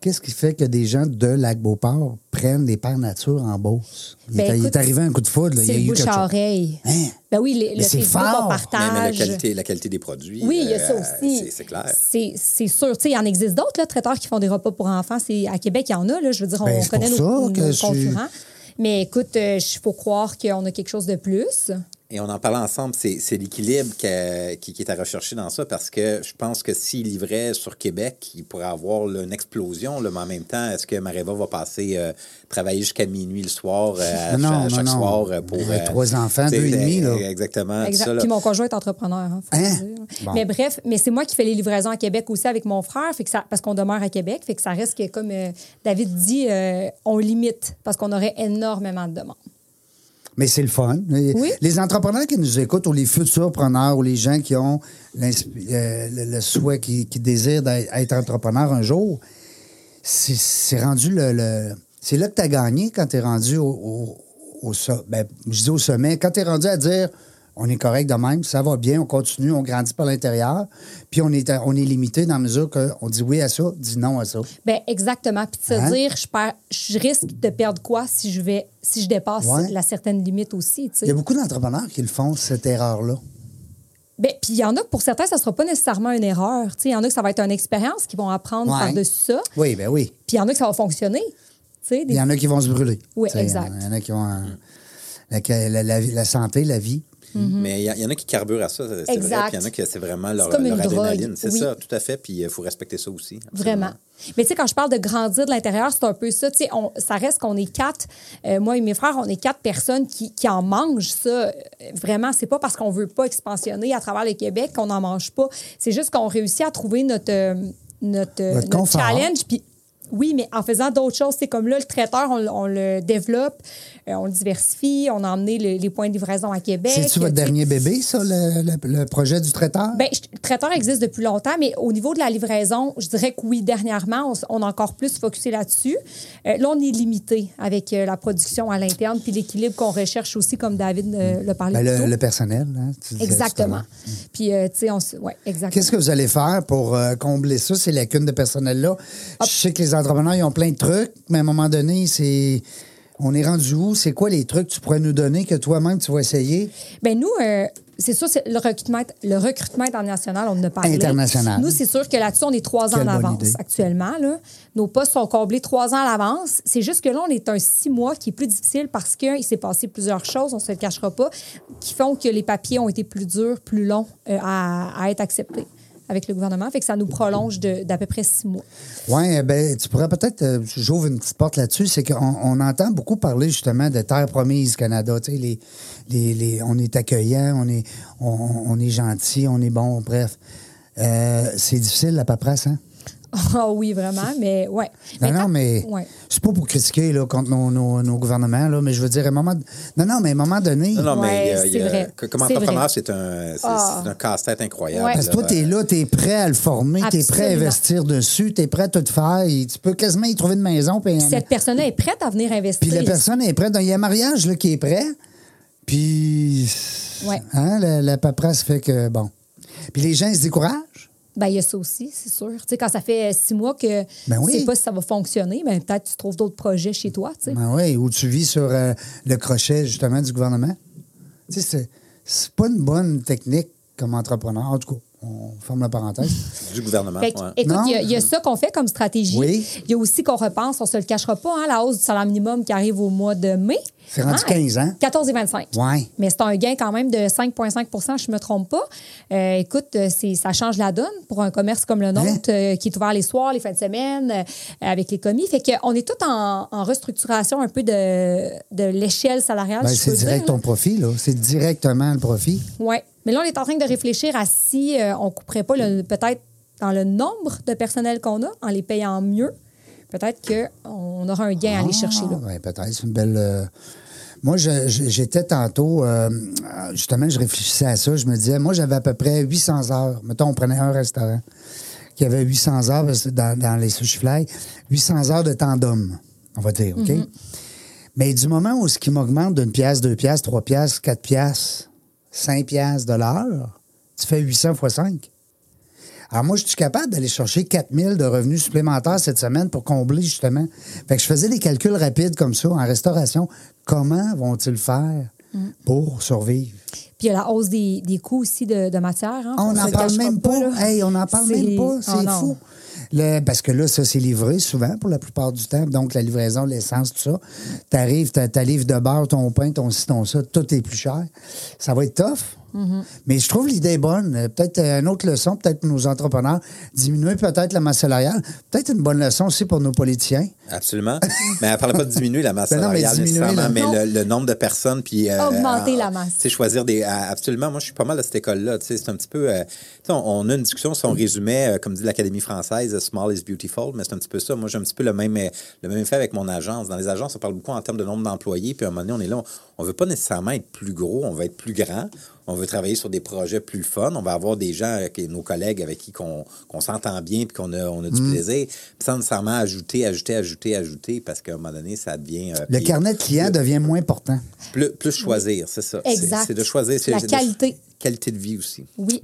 [SPEAKER 2] Qu'est-ce qui fait que des gens de lac Beauport prennent des pères nature en Beauce? Il,
[SPEAKER 5] Ben,
[SPEAKER 2] est, il est
[SPEAKER 5] écoute,
[SPEAKER 2] arrivé un coup de foudre, là, il y
[SPEAKER 5] C'est
[SPEAKER 2] a
[SPEAKER 5] le
[SPEAKER 2] eu
[SPEAKER 5] bouche
[SPEAKER 2] quelque
[SPEAKER 5] à
[SPEAKER 2] chose.
[SPEAKER 5] oreille.
[SPEAKER 2] Hein?
[SPEAKER 5] Ben oui, les-
[SPEAKER 2] Mais
[SPEAKER 5] le
[SPEAKER 2] c'est
[SPEAKER 5] Facebook,
[SPEAKER 2] fort.
[SPEAKER 5] on
[SPEAKER 3] Mais,
[SPEAKER 5] partage.
[SPEAKER 3] mais la, qualité, la qualité des produits.
[SPEAKER 5] Oui, il y a ça
[SPEAKER 3] euh,
[SPEAKER 5] aussi.
[SPEAKER 3] c'est- C'est clair.
[SPEAKER 5] C'est c'est sûr. Tu sais, il en existe d'autres, là, traiteurs qui font des repas pour enfants. C'est- À Québec, il y en a. Là, je veux dire, on
[SPEAKER 2] Ben, c'est
[SPEAKER 5] connaît
[SPEAKER 2] pour
[SPEAKER 5] nos,
[SPEAKER 2] ça que
[SPEAKER 5] nos
[SPEAKER 2] je-
[SPEAKER 5] euh, concurrents. Mais écoute, il faut croire qu'on a quelque chose de plus.
[SPEAKER 3] Et on en parlait ensemble, c'est c'est l'équilibre qu'a- qui, qui est à rechercher dans ça parce que je pense que s'il livrait sur Québec, il pourrait avoir là, une explosion, là, mais en même temps, est-ce que Mareva va passer euh, travailler jusqu'à minuit le soir, euh, à
[SPEAKER 2] Non,
[SPEAKER 3] cha-
[SPEAKER 2] non,
[SPEAKER 3] chaque
[SPEAKER 2] non.
[SPEAKER 3] soir euh, pour.
[SPEAKER 2] Avec trois enfants,
[SPEAKER 3] tu sais, euh,
[SPEAKER 2] deux et demi, là.
[SPEAKER 3] Exactement. tout
[SPEAKER 5] Exact.
[SPEAKER 3] Ah, ça, là.
[SPEAKER 5] Puis mon conjoint est entrepreneur. hein, faut
[SPEAKER 2] Hein?
[SPEAKER 5] le dire.
[SPEAKER 2] Bon.
[SPEAKER 5] Mais bref, mais c'est moi qui fais les livraisons à Québec aussi avec mon frère, fait que ça, parce qu'on demeure à Québec, fait que ça reste que, comme euh, David dit, euh, on limite parce qu'on aurait énormément de demandes.
[SPEAKER 2] Mais c'est le fun. Les,
[SPEAKER 5] Oui.
[SPEAKER 2] les entrepreneurs qui nous écoutent ou les futurs preneurs ou les gens qui ont l'inspi- euh, le, le souhait, qui, qui désirent d'être être entrepreneur un jour, c'est- c'est rendu le. le- c'est là que tu as gagné quand tu es rendu au, au, au so- ben, je dis au sommet. Quand tu es rendu à dire on est correct de même, ça va bien, on continue, on grandit par l'intérieur, puis on est, à- on est limité dans la mesure qu'on dit oui à ça, dit non à ça.
[SPEAKER 5] Ben exactement. Puis de se
[SPEAKER 2] Hein?
[SPEAKER 5] dire, je, perds- je risque de perdre quoi si je vais, si je dépasse
[SPEAKER 2] Ouais.
[SPEAKER 5] la certaine limite aussi. tu sais.
[SPEAKER 2] Il y a beaucoup d'entrepreneurs qui le font, cette erreur-là.
[SPEAKER 5] Ben, puis il y en a que pour certains, ça ne sera pas nécessairement une erreur. tu sais. Il y en a que ça va être une expérience qu'ils vont apprendre
[SPEAKER 2] Ouais.
[SPEAKER 5] par-dessus ça.
[SPEAKER 2] Oui, ben oui.
[SPEAKER 5] Puis il y en a que ça va fonctionner. tu sais, des-
[SPEAKER 2] Il y en a qui vont se brûler.
[SPEAKER 5] Oui,
[SPEAKER 2] Tu sais,
[SPEAKER 5] exact.
[SPEAKER 2] Il y en a qui vont. euh, la, la- la vie- la santé, la vie.
[SPEAKER 3] Mais il y a- il y, en a qui carburent à ça, c'est c'est vrai.
[SPEAKER 5] Mhm. Exact.
[SPEAKER 3] Puis il y en a qui, c'est vraiment
[SPEAKER 5] C'est
[SPEAKER 3] leur,
[SPEAKER 5] comme
[SPEAKER 3] leur
[SPEAKER 5] une drogue,
[SPEAKER 3] adrénaline. C'est
[SPEAKER 5] oui.
[SPEAKER 3] ça, tout à fait. Puis il faut respecter ça aussi. absolument.
[SPEAKER 5] Vraiment. Mais tu sais, quand je parle de grandir de l'intérieur, c'est un peu ça. Tu sais, on- ça reste qu'on est quatre. euh, moi et mes frères, on est quatre personnes qui, qui en mangent ça. Euh, Vraiment, c'est pas parce qu'on veut pas expansionner à travers le Québec qu'on n'en mange pas. C'est juste qu'on réussit à trouver notre, euh, notre, euh,
[SPEAKER 2] Votre
[SPEAKER 5] notre
[SPEAKER 2] confort.
[SPEAKER 5] challenge. Puis oui, mais en faisant d'autres choses, c'est comme là, le traiteur, on, le- on le développe, euh, on le diversifie, on a emmené le- les points de livraison à Québec.
[SPEAKER 2] C'est-tu votre
[SPEAKER 5] Ben, Tu
[SPEAKER 2] dernier
[SPEAKER 5] sais,
[SPEAKER 2] bébé, ça, le, le- le projet du traiteur?
[SPEAKER 5] ben, je- le traiteur existe depuis longtemps, mais au niveau de la livraison, je dirais que oui, dernièrement, on, s- on a encore plus focusé là-dessus. Euh, là, on est limité avec euh, la production à l'interne, puis l'équilibre qu'on recherche aussi, comme David euh, le parlait
[SPEAKER 2] Ben,
[SPEAKER 5] plus
[SPEAKER 2] le,
[SPEAKER 5] tôt.
[SPEAKER 2] le personnel. hein, tu disais tout à
[SPEAKER 5] Exactement.
[SPEAKER 2] l'heure.
[SPEAKER 5] Puis, euh, tu sais, on se... Ouais, exactement.
[SPEAKER 2] Qu'est-ce que vous allez faire pour euh, combler ça, ces lacunes de personnel-là? Je sais que les entrepreneurs, ils ont plein de trucs, mais à un moment donné, c'est. On est rendu où? C'est quoi les trucs que tu pourrais nous donner que toi-même, tu vas essayer?
[SPEAKER 5] Ben nous, euh, c'est sûr, c'est le recrutement, le recrutement international, on en a parlé.
[SPEAKER 2] International.
[SPEAKER 5] Nous, c'est sûr que là-dessus, on est trois ans
[SPEAKER 2] Quelle
[SPEAKER 5] en
[SPEAKER 2] bonne
[SPEAKER 5] avance
[SPEAKER 2] idée.
[SPEAKER 5] actuellement. Là. Nos postes sont comblés trois ans à l'avance. C'est juste que là, on est un six mois qui est plus difficile parce qu'il s'est passé plusieurs choses, on ne se le cachera pas, qui font que les papiers ont été plus durs, plus longs euh, à, à être acceptés avec le gouvernement. Fait que ça nous prolonge de- d'à peu près six mois.
[SPEAKER 2] Oui, ben, tu pourrais peut-être, euh, j'ouvre une petite porte là-dessus, c'est qu'on on entend beaucoup parler justement de Terre promise Canada. Tu sais, les, les, les- on est accueillant, on est, on, on est gentil, on est bon, bref. Euh, c'est difficile la paperasse, hein?
[SPEAKER 5] Ah oui, vraiment, mais ouais.
[SPEAKER 2] Non, non,
[SPEAKER 5] tant-
[SPEAKER 2] mais
[SPEAKER 5] ouais.
[SPEAKER 2] c'est pas pour critiquer là, contre nos, nos- nos gouvernements, là, mais je veux dire, à un moment. Non, non, mais à un moment donné.
[SPEAKER 3] Non, non,
[SPEAKER 5] Ouais,
[SPEAKER 3] mais euh, il y a- il y a-
[SPEAKER 5] c'est vrai.
[SPEAKER 3] que- comme
[SPEAKER 5] C'est
[SPEAKER 3] entrepreneur,
[SPEAKER 5] vrai.
[SPEAKER 3] c'est un, c'est-
[SPEAKER 5] Ah.
[SPEAKER 3] c'est un casse-tête incroyable.
[SPEAKER 5] Ouais.
[SPEAKER 2] Parce que toi,
[SPEAKER 3] là.
[SPEAKER 2] t'es là, t'es prêt à le former, t'es prêt à
[SPEAKER 5] Absolument.
[SPEAKER 2] investir dessus, t'es prêt à tout faire. et tu peux quasiment y trouver une maison. Puis un-
[SPEAKER 5] Cette personne-là est prête à venir investir.
[SPEAKER 2] Puis la personne est prête. Donc, Il y a un mariage là, qui est prêt. Puis.
[SPEAKER 5] Ouais.
[SPEAKER 2] Hein, la, la paperasse fait que, bon. Puis les gens, ils se découragent.
[SPEAKER 5] Ben, il y a ça aussi, c'est sûr. Tu sais, quand ça fait euh, six mois que
[SPEAKER 2] Ben oui.
[SPEAKER 5] tu sais pas si ça va fonctionner, ben, peut-être tu trouves d'autres projets chez toi, tu sais.
[SPEAKER 2] Ben oui, ou tu vis sur euh, le crochet, justement, du gouvernement. Tu sais, c'est- c'est pas une bonne technique comme entrepreneur. En tout cas, on ferme la parenthèse.
[SPEAKER 3] euh, Du gouvernement.
[SPEAKER 5] Fait que,
[SPEAKER 3] ouais.
[SPEAKER 5] Écoute,
[SPEAKER 2] Non.
[SPEAKER 5] il y a- il y, a ça qu'on fait comme stratégie.
[SPEAKER 2] Oui.
[SPEAKER 5] Il y a aussi qu'on repense, on se le cachera pas, hein, la hausse du salaire minimum qui arrive au mois de mai.
[SPEAKER 2] C'est rendu 15 ans.
[SPEAKER 5] 14 et 25.
[SPEAKER 2] Ouais.
[SPEAKER 5] Mais c'est un gain quand même de 5,5 je ne me trompe pas. Euh, écoute, euh, c'est- ça change la donne pour un commerce comme
[SPEAKER 2] Hein?
[SPEAKER 5] le nôtre euh, qui est ouvert les soirs, les fins de semaine, euh, avec les commis. Fait qu'on est tout en, en restructuration un peu de, de l'échelle salariale.
[SPEAKER 2] Ben,
[SPEAKER 5] si je
[SPEAKER 2] c'est
[SPEAKER 5] Ah, peux
[SPEAKER 2] direct
[SPEAKER 5] dire, hein?
[SPEAKER 2] ton
[SPEAKER 5] là.
[SPEAKER 2] profit, là. C'est directement le profit.
[SPEAKER 5] Oui. Mais là, on est en train de réfléchir à si euh, on couperait pas le- peut-être dans le nombre de personnel qu'on a, en les payant mieux, peut-être qu'on aura un gain à aller chercher là.
[SPEAKER 2] Ah, ben, peut-être, c'est une belle. euh, Moi, je- je- j'étais tantôt, euh, justement, je réfléchissais à ça. Je me disais, moi, j'avais à peu près 800 heures. Mettons, on prenait un restaurant qui avait 800 heures parce que dans, dans les sushi fly, 800 heures de temps d'homme, on va dire,
[SPEAKER 5] Mm-hmm.
[SPEAKER 2] OK? Mais du moment où ce qui m'augmente d'une pièce, deux pièces, trois pièces, quatre pièces, cinq pièces de l'heure, tu fais 800 fois 5. Alors, moi, je suis capable d'aller chercher 4000 de revenus supplémentaires cette semaine pour combler, justement. Fait que je faisais des calculs rapides comme ça en restauration. Comment vont-ils faire pour survivre?
[SPEAKER 5] Puis il y a la hausse des, des coûts aussi de, de matière. hein.
[SPEAKER 2] On
[SPEAKER 5] se
[SPEAKER 2] n'en
[SPEAKER 5] le
[SPEAKER 2] parle
[SPEAKER 5] cachera
[SPEAKER 2] même pas.
[SPEAKER 5] là.
[SPEAKER 2] Hey, on n'en parle
[SPEAKER 5] C'est-
[SPEAKER 2] même pas.
[SPEAKER 5] Ah
[SPEAKER 2] C'est
[SPEAKER 5] non.
[SPEAKER 2] fou. le- parce que là, ça, c'est livré souvent pour la plupart du temps. Donc, la livraison, l'essence, tout ça. T'arrives, ta, ta livre de beurre, ton pain, ton ci, ton ça, tout est plus cher. Ça va être tough.
[SPEAKER 5] Mm-hmm.
[SPEAKER 2] Mais je trouve l'idée bonne. Euh, Peut-être euh, une autre leçon, peut-être pour nos entrepreneurs, diminuer peut-être la masse salariale. Peut-être une bonne leçon aussi pour nos politiciens.
[SPEAKER 3] Absolument. mais elle ne parlait pas de diminuer la masse
[SPEAKER 2] Ben non, mais
[SPEAKER 3] salariale
[SPEAKER 2] diminuer,
[SPEAKER 3] nécessairement,
[SPEAKER 2] là.
[SPEAKER 3] mais
[SPEAKER 5] Non.
[SPEAKER 3] le, le nombre de personnes. Puis, euh,
[SPEAKER 5] Augmenter
[SPEAKER 3] euh,
[SPEAKER 5] la masse.
[SPEAKER 3] Tu sais, choisir des. euh, Absolument. Moi, je suis pas mal à cette école-là. Tu sais, c'est un petit peu. euh, tu sais, on, on a une discussion si on résumait, euh, comme dit l'Académie française, euh, Small is beautiful, mais c'est un petit peu ça. Moi, j'ai un petit peu le même, euh, le même effet avec mon agence. Dans les agences, on parle beaucoup en termes de nombre d'employés. Puis à un moment donné, on est là. On ne veut pas nécessairement être plus gros, on veut être plus grand. On veut travailler sur des projets plus fun. On va avoir des gens, avec nos collègues avec qui qu'on qu'on s'entend bien puis qu'on a, on a du
[SPEAKER 2] Mm.
[SPEAKER 3] plaisir. Puis sans nécessairement ajouter, ajouter, ajouter, ajouter, parce qu'à un moment donné, ça devient. euh,
[SPEAKER 2] Le
[SPEAKER 3] puis
[SPEAKER 2] carnet de clients devient moins important.
[SPEAKER 3] Plus, plus choisir, c'est ça. C'est-
[SPEAKER 5] Exact.
[SPEAKER 3] C'est de choisir. c'est-
[SPEAKER 5] La
[SPEAKER 3] c'est de-
[SPEAKER 5] qualité.
[SPEAKER 3] Qualité de vie aussi.
[SPEAKER 5] Oui.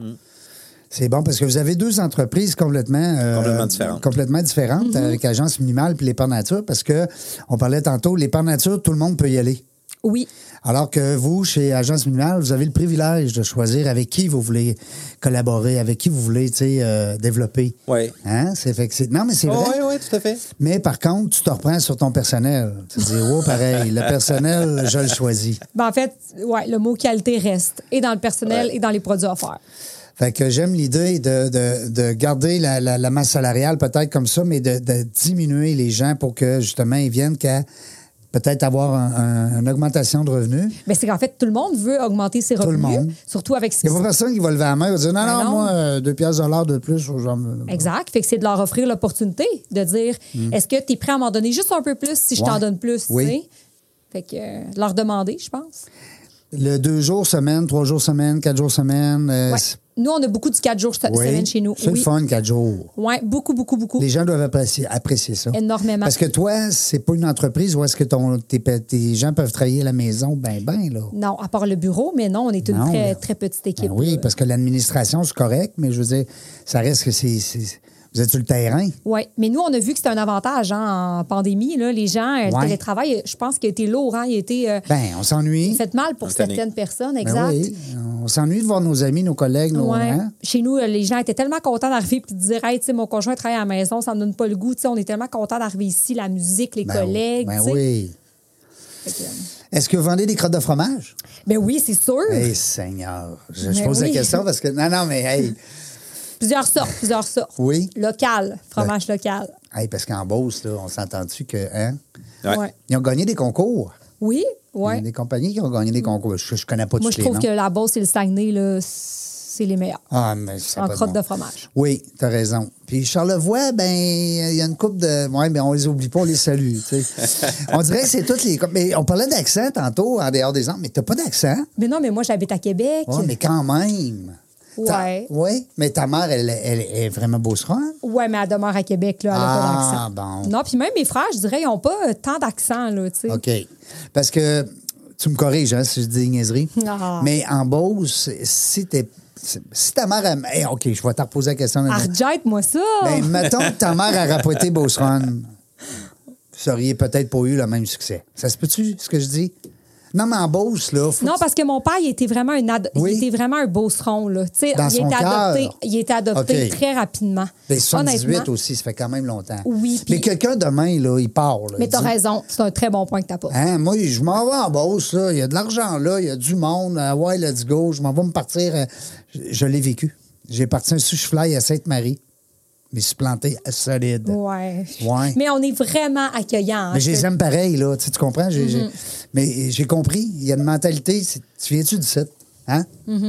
[SPEAKER 2] C'est bon parce que vous avez deux entreprises complètement, euh,
[SPEAKER 3] Complètement différentes.
[SPEAKER 2] complètement différentes avec Agence Minimale puis l'Épargne Nature parce que on parlait tantôt, l'Épargne Nature, tout le monde peut y aller.
[SPEAKER 5] Oui.
[SPEAKER 2] Alors que vous, chez Agence Minimale, vous avez le privilège de choisir avec qui vous voulez collaborer, avec qui vous voulez tu sais, euh, développer.
[SPEAKER 3] Ouais.
[SPEAKER 2] Hein? C'est fait que c'est- non, mais c'est vrai.
[SPEAKER 3] oui, oui, tout à fait.
[SPEAKER 2] Mais par contre, tu te reprends sur ton personnel. Tu te dis, oh, pareil, le personnel, je le choisis.
[SPEAKER 5] Ben, en fait, ouais, le mot qualité reste, et dans le personnel,
[SPEAKER 3] Ouais.
[SPEAKER 5] et dans les produits offerts.
[SPEAKER 2] Fait que j'aime l'idée de, de- de garder la, la- la masse salariale peut-être comme ça, mais de, de diminuer les gens pour que justement ils viennent qu'à peut-être avoir un- un- une augmentation de revenus.
[SPEAKER 5] Mais c'est qu'en fait, tout le monde veut augmenter ses
[SPEAKER 2] le
[SPEAKER 5] revenus,
[SPEAKER 2] monde.
[SPEAKER 5] surtout avec ce
[SPEAKER 2] Il
[SPEAKER 5] qui
[SPEAKER 2] n'y a pas personne qui va lever la main et va dire non,
[SPEAKER 5] Ben
[SPEAKER 2] non,
[SPEAKER 5] non.
[SPEAKER 2] moi, euh, deux piastres de l'heure de plus, j'en veux-
[SPEAKER 5] Exact. Fait que c'est de leur offrir l'opportunité de dire est-ce que tu es prêt à m'en donner juste un peu plus si je
[SPEAKER 2] Mm. Ouais.
[SPEAKER 5] t'en donne plus,
[SPEAKER 2] Oui.
[SPEAKER 5] tu sais? Fait que euh, leur demander, je pense.
[SPEAKER 2] Le deux jours semaine, trois jours semaine, quatre jours semaine. euh,
[SPEAKER 5] Ouais.
[SPEAKER 2] c'est-
[SPEAKER 5] Nous, on a beaucoup de quatre jours cette
[SPEAKER 2] oui.
[SPEAKER 5] semaine chez nous.
[SPEAKER 2] C'est le
[SPEAKER 5] Oui.
[SPEAKER 2] fun, quatre jours.
[SPEAKER 5] Ouais, beaucoup, beaucoup, beaucoup.
[SPEAKER 2] Les gens doivent apprécier, apprécier ça.
[SPEAKER 5] Énormément.
[SPEAKER 2] Parce que toi, c'est pas une entreprise où est-ce que ton, tes, pe- tes gens peuvent travailler à la maison, ben, ben, là.
[SPEAKER 5] Non, à part le bureau, mais non, on est une
[SPEAKER 2] Non,
[SPEAKER 5] très,
[SPEAKER 2] là.
[SPEAKER 5] très petite équipe.
[SPEAKER 2] Ben oui,
[SPEAKER 5] là.
[SPEAKER 2] parce que l'administration, c'est correct, mais je veux dire, ça reste que c'est. c'est- Vous êtes sur le terrain.
[SPEAKER 5] Oui, mais nous, on a vu que c'était un avantage hein, en pandémie. Là, les gens, euh, le
[SPEAKER 2] Ouais.
[SPEAKER 5] télétravail, euh, je pense qu'il a été lourd. Hein, il a été euh,
[SPEAKER 2] Ben, on s'ennuie.
[SPEAKER 5] fait mal pour
[SPEAKER 3] On s'ennuie.
[SPEAKER 5] certaines personnes,
[SPEAKER 2] Ben
[SPEAKER 5] exact.
[SPEAKER 2] oui, on s'ennuie de voir nos amis, nos collègues, nos.
[SPEAKER 5] Ouais.
[SPEAKER 2] hein?
[SPEAKER 5] Chez nous, euh, les gens étaient tellement contents d'arriver et de dire Hey, tu sais, mon conjoint travaille à la maison, ça me donne pas le goût. Tu sais, on est tellement contents d'arriver ici, la musique, les
[SPEAKER 2] Ben,
[SPEAKER 5] collègues.
[SPEAKER 2] ben
[SPEAKER 5] tu sais.
[SPEAKER 2] oui.
[SPEAKER 5] Fait que, euh,
[SPEAKER 2] Est-ce que vous vendez des crottes de fromage?
[SPEAKER 5] Ben oui, c'est sûr.
[SPEAKER 2] Eh, Seigneur. Je, je
[SPEAKER 5] Ben
[SPEAKER 2] pose la
[SPEAKER 5] oui.
[SPEAKER 2] question parce que. Non, non, mais, hey.
[SPEAKER 5] Plusieurs sortes, plusieurs sortes.
[SPEAKER 2] Oui. Ben.
[SPEAKER 5] Local, fromage local.
[SPEAKER 2] hey, parce qu'en Beauce, là, on s'entend-tu que. Hein?
[SPEAKER 3] Ouais.
[SPEAKER 5] Ouais.
[SPEAKER 2] Ils ont gagné des concours.
[SPEAKER 5] Oui,
[SPEAKER 2] Il y a
[SPEAKER 5] oui.
[SPEAKER 2] des compagnies qui ont gagné des concours. Je, je connais pas
[SPEAKER 5] Moi,
[SPEAKER 2] tous
[SPEAKER 5] je
[SPEAKER 2] les
[SPEAKER 5] trouve
[SPEAKER 2] noms.
[SPEAKER 5] que la Beauce et le Saguenay, là, c'est les meilleurs.
[SPEAKER 2] Ah, mais ça a
[SPEAKER 5] en
[SPEAKER 2] pas
[SPEAKER 5] crotte
[SPEAKER 2] bon.
[SPEAKER 5] de fromage.
[SPEAKER 2] Oui, t'as raison. Puis Charlevoix, ben, il y a une coupe de. Oui, mais on les oublie pas, on les salue. tu sais. on dirait que c'est toutes les. coupes. Mais on parlait d'accent tantôt, en dehors des ans, mais t'as pas d'accent.
[SPEAKER 5] Mais non, mais moi, j'habite à Québec.
[SPEAKER 2] Oui, mais quand même.
[SPEAKER 5] Ouais.
[SPEAKER 2] Oui, mais ta mère, elle, elle est vraiment beauceronne.
[SPEAKER 5] Ouais, mais elle demeure à Québec, là, elle n'a
[SPEAKER 2] Ah,
[SPEAKER 5] pas d'accent.
[SPEAKER 2] bon.
[SPEAKER 5] Non, puis même mes frères, je dirais, ils n'ont pas euh, tant d'accent, là, tu sais.
[SPEAKER 2] OK. Parce que tu me corriges hein, si je dis des niaiseries.
[SPEAKER 5] Ah.
[SPEAKER 2] Mais en Beauce, si t'es. Si ta mère. elle- eh, OK, je vais te reposer la question. là-dedans.
[SPEAKER 5] Arjette, moi ça!
[SPEAKER 2] Ben, mettons que ta mère a rapoté Beauceron. Vous auriez peut-être pas eu le même succès. Ça se peut-tu, ce que je dis? Non, mais en Beauce, là. faut-
[SPEAKER 5] non, parce que mon père, il était vraiment un, ad-
[SPEAKER 2] Oui.
[SPEAKER 5] il était vraiment un beauceron, là. Tu sais,
[SPEAKER 2] Dans
[SPEAKER 5] il,
[SPEAKER 2] son
[SPEAKER 5] était adopté,
[SPEAKER 2] cœur.
[SPEAKER 5] il était adopté
[SPEAKER 2] OK.
[SPEAKER 5] très rapidement.
[SPEAKER 2] Ben, 78
[SPEAKER 5] Honnêtement.
[SPEAKER 2] aussi, ça fait quand même longtemps.
[SPEAKER 5] Oui,
[SPEAKER 2] Mais
[SPEAKER 5] puis-
[SPEAKER 2] quelqu'un demain, là, il part. là,
[SPEAKER 5] Mais
[SPEAKER 2] il
[SPEAKER 5] t'as
[SPEAKER 2] dit,
[SPEAKER 5] raison, c'est un très bon point que t'as pas.
[SPEAKER 2] Hein, moi, je m'en vais en Beauce, là. Il y a de l'argent là, il y a du monde. Ah ouais, let's go. Je m'en vais me partir. euh, Je, je l'ai vécu. J'ai parti un souche-fly à Sainte-Marie. Mais je suis planté solide.
[SPEAKER 5] Ouais.
[SPEAKER 2] Ouais.
[SPEAKER 5] Mais on est vraiment accueillants. hein.
[SPEAKER 2] Mais je
[SPEAKER 5] Je-
[SPEAKER 2] les aime pareil, là. Tu, sais, tu comprends? J'ai- j'ai-
[SPEAKER 5] Mm-hmm.
[SPEAKER 2] Mais j'ai compris. Il y a une mentalité. c'est- Tu viens-tu du site? Hein?
[SPEAKER 5] Mm-hmm.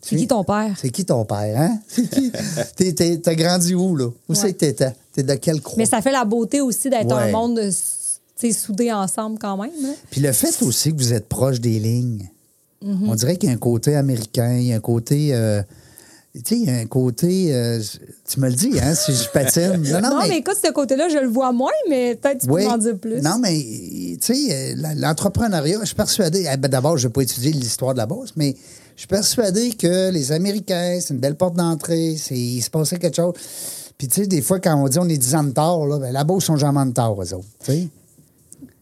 [SPEAKER 5] C'est qui ton père?
[SPEAKER 2] C'est qui ton père? Hein? C'est qui? T'es- t'es- T'as grandi où, là? Où c'est que t'étais? T'es de quelle croix?
[SPEAKER 5] Mais ça fait la beauté aussi d'être
[SPEAKER 2] Ouais.
[SPEAKER 5] un monde, euh, s- tu sais, soudé ensemble quand même. hein. là.
[SPEAKER 2] Puis le fait aussi que vous êtes proche des lignes.
[SPEAKER 5] Mm-hmm.
[SPEAKER 2] On dirait qu'il y a un côté américain, il y a un côté. euh, tu sais, il y a un côté. euh, tu me le dis, hein, si je patine. Non, non,
[SPEAKER 5] Non, mais...
[SPEAKER 2] mais.
[SPEAKER 5] écoute, ce côté-là, je le vois moins, mais peut-être tu
[SPEAKER 2] Oui.
[SPEAKER 5] peux m'en dire plus.
[SPEAKER 2] Non, mais, tu sais, euh, la- l'entrepreneuriat, je suis persuadé. eh ben, D'abord, je n'ai pas étudié l'histoire de la bourse, mais je suis persuadé que les Américains, c'est une belle porte d'entrée, c'est- il se passait quelque chose. Puis, tu sais, des fois, quand on dit on est 10 ans de tard, là, ben, la bourse, sont jamais en retard, eux autres. tu sais.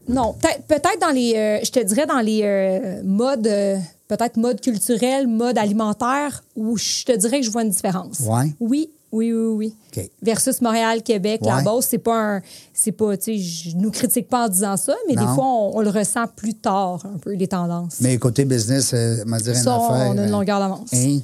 [SPEAKER 5] Non, peut-être peut-être dans les, euh, je te dirais dans les euh, modes, euh, peut-être mode culturel, mode alimentaire, où je te dirais que je vois une différence.
[SPEAKER 2] Ouais.
[SPEAKER 5] Oui, Oui, oui, oui.
[SPEAKER 2] OK.
[SPEAKER 5] Versus Montréal, Québec, la
[SPEAKER 2] Ouais.
[SPEAKER 5] Beauce, c'est pas un. C'est pas, tu sais, je nous critique pas en disant ça, mais des
[SPEAKER 2] Non.
[SPEAKER 5] fois, on, on le ressent plus tard, un peu, les tendances.
[SPEAKER 2] Mais côté business, euh, m'a dit rien
[SPEAKER 5] Ça,
[SPEAKER 2] à
[SPEAKER 5] on
[SPEAKER 2] faire.
[SPEAKER 5] a une
[SPEAKER 2] euh,
[SPEAKER 5] longueur d'avance.
[SPEAKER 2] hein?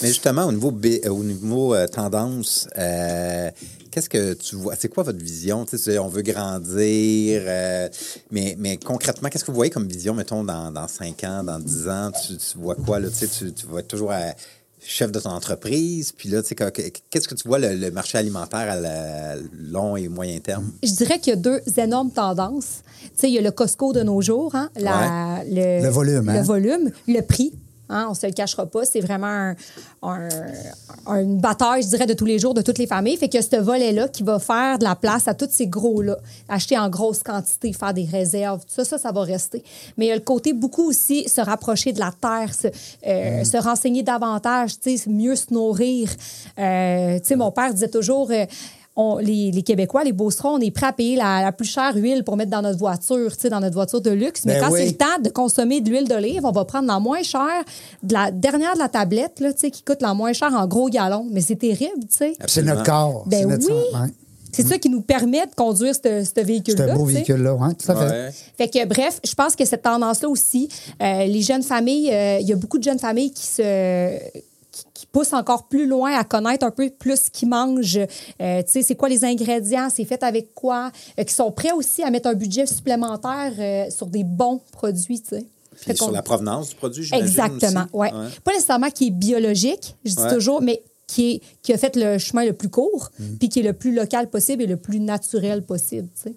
[SPEAKER 3] Mais justement, au niveau, B- euh, au niveau euh, tendance, euh, qu'est-ce que tu vois? C'est quoi votre vision? Tu sais, on veut grandir, euh, mais, mais concrètement, qu'est-ce que vous voyez comme vision, mettons, dans, dans 5 ans, dans 10 ans? Tu, tu vois quoi? Là, tu, sais, tu, tu vas être toujours euh, chef de ton entreprise, puis là, tu sais, que- que- qu'est-ce que tu vois le, le marché alimentaire à la- long et moyen terme?
[SPEAKER 5] Je dirais qu'il y a deux énormes tendances. Tu sais, il y a le Costco de nos jours, hein, la-
[SPEAKER 2] Le volume,
[SPEAKER 5] Le
[SPEAKER 2] hein.
[SPEAKER 5] volume, le prix. Hein, on se le cachera pas, c'est vraiment un- un- un- une bataille, je dirais, de tous les jours, de toutes les familles. Fait que ce volet-là qui va faire de la place à tous ces gros-là, acheter en grosse quantité, faire des réserves, tout ça, ça, ça va rester. Mais il y a le côté beaucoup aussi se rapprocher de la terre, se,
[SPEAKER 2] Mm.
[SPEAKER 5] euh, se renseigner davantage, tu sais, mieux se nourrir. Euh, tu sais, mon père disait toujours. euh, on- les, les Québécois, les Beaucerons, on est prêts à payer la, la plus chère huile pour mettre dans notre voiture, tu sais, dans notre voiture de luxe. Mais
[SPEAKER 2] Ben
[SPEAKER 5] quand
[SPEAKER 2] oui.
[SPEAKER 5] c'est le temps de consommer de l'huile d'olive, on va prendre la moins chère, de la dernière de la tablette, là, tu sais, qui coûte la moins chère en gros gallon. Mais c'est terrible, tu sais.
[SPEAKER 2] C'est notre corps.
[SPEAKER 5] Ben
[SPEAKER 2] c'est notre
[SPEAKER 5] oui.
[SPEAKER 2] sang, ouais.
[SPEAKER 5] C'est ça qui nous permet de conduire ce ce véhicule-là.
[SPEAKER 2] C'est un beau
[SPEAKER 5] tu sais.
[SPEAKER 2] véhicule-là, hein, tout à fait.
[SPEAKER 3] Ouais.
[SPEAKER 5] Fait que bref, je pense que cette tendance-là aussi, euh, les jeunes familles, euh, il y a beaucoup de jeunes familles qui se qui- qui poussent encore plus loin à connaître un peu plus ce qu'ils mangent, Euh, tu sais, c'est quoi les ingrédients, c'est fait avec quoi, euh, qui sont prêts aussi à mettre un budget supplémentaire euh, sur des bons produits, tu sais. Fait
[SPEAKER 3] Puis sur
[SPEAKER 5] qu'on-
[SPEAKER 3] la provenance du produit, j'imagine.
[SPEAKER 5] Exactement,
[SPEAKER 3] aussi.
[SPEAKER 5] ouais. Pas nécessairement qui est biologique, je dis
[SPEAKER 3] Ouais.
[SPEAKER 5] toujours, mais qui, est, qui a fait le chemin le plus court,
[SPEAKER 3] Mhm.
[SPEAKER 5] puis qui est le plus local possible et le plus naturel possible, tu sais.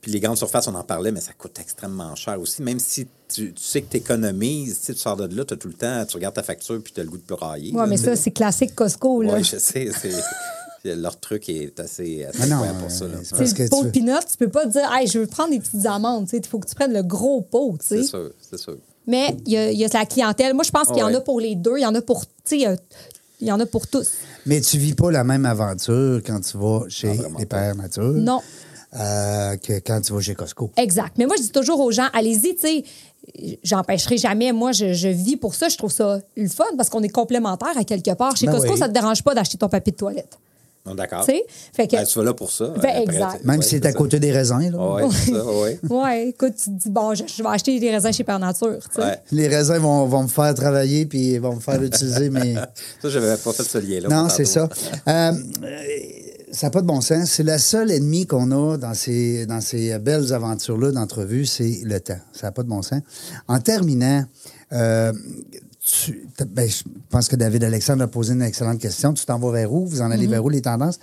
[SPEAKER 3] Puis les grandes surfaces, on en parlait, mais ça coûte extrêmement cher aussi. Même si tu, tu sais que tu économises, tu sors de là, tu as tout le temps, tu regardes ta facture, puis tu as le goût de brailler.
[SPEAKER 5] Oui,
[SPEAKER 3] là,
[SPEAKER 5] mais
[SPEAKER 3] tu
[SPEAKER 5] ça,
[SPEAKER 3] sais.
[SPEAKER 5] c'est classique Costco, là.
[SPEAKER 3] Ouais, je sais. c'est- Leur truc est assez, assez
[SPEAKER 2] Mais non,
[SPEAKER 3] incroyable pour ça. là.
[SPEAKER 2] euh,
[SPEAKER 5] Tu
[SPEAKER 2] parce
[SPEAKER 5] sais,
[SPEAKER 2] que
[SPEAKER 5] le pot
[SPEAKER 2] tu-
[SPEAKER 5] de peanuts, tu peux pas te dire, hey, je veux prendre des petites amandes. tu sais. Il faut que tu prennes le gros pot. tu sais.
[SPEAKER 3] C'est sûr, c'est sûr.
[SPEAKER 5] Mais il y a, il y a la clientèle. Moi, je pense qu'il y en
[SPEAKER 3] Ouais.
[SPEAKER 5] a pour les deux. Il y en a pour. tu sais, Il y, a- il y en a pour tous.
[SPEAKER 2] Mais tu vis pas la même aventure quand tu vas chez
[SPEAKER 3] Ah, vraiment
[SPEAKER 2] les
[SPEAKER 3] pas.
[SPEAKER 2] Pères Nature
[SPEAKER 5] Non.
[SPEAKER 2] euh, que quand tu vas chez Costco.
[SPEAKER 5] Exact. Mais moi, je dis toujours aux gens, allez-y, tu sais. J'empêcherai jamais. Moi, je, je vis pour ça. Je trouve ça le fun parce qu'on est complémentaires à quelque part. Chez
[SPEAKER 2] Ben
[SPEAKER 5] Costco,
[SPEAKER 2] oui.
[SPEAKER 5] ça te dérange pas d'acheter ton papier de toilette.
[SPEAKER 3] Non, d'accord.
[SPEAKER 5] Tu sais, fait que-
[SPEAKER 3] Ben, tu vas là pour ça.
[SPEAKER 5] Ben,
[SPEAKER 3] après,
[SPEAKER 5] exact.
[SPEAKER 3] tu-
[SPEAKER 2] Même
[SPEAKER 3] ouais,
[SPEAKER 2] si c'est
[SPEAKER 3] c'est
[SPEAKER 2] à côté des raisins. là.
[SPEAKER 3] Oui, c'est ça, oui.
[SPEAKER 5] Ouais, écoute, tu te dis, bon, je, je vais acheter des raisins chez Père Nature. tu sais.
[SPEAKER 3] Ouais.
[SPEAKER 2] Les raisins vont, vont me faire travailler puis vont me faire utiliser mes.
[SPEAKER 3] Ça, j'avais pas fait ce lien-là.
[SPEAKER 2] Non,
[SPEAKER 3] tantôt.
[SPEAKER 2] c'est ça. Euh, euh, ça n'a pas de bon sens. C'est le seul ennemi qu'on a dans ces, dans ces belles aventures-là d'entrevue, c'est le temps. Ça n'a pas de bon sens. En terminant, euh, tu- t'as- ben, je pense que David Alexandre a posé une excellente question. Tu t'en vas vers où? Vous en allez vers où les tendances?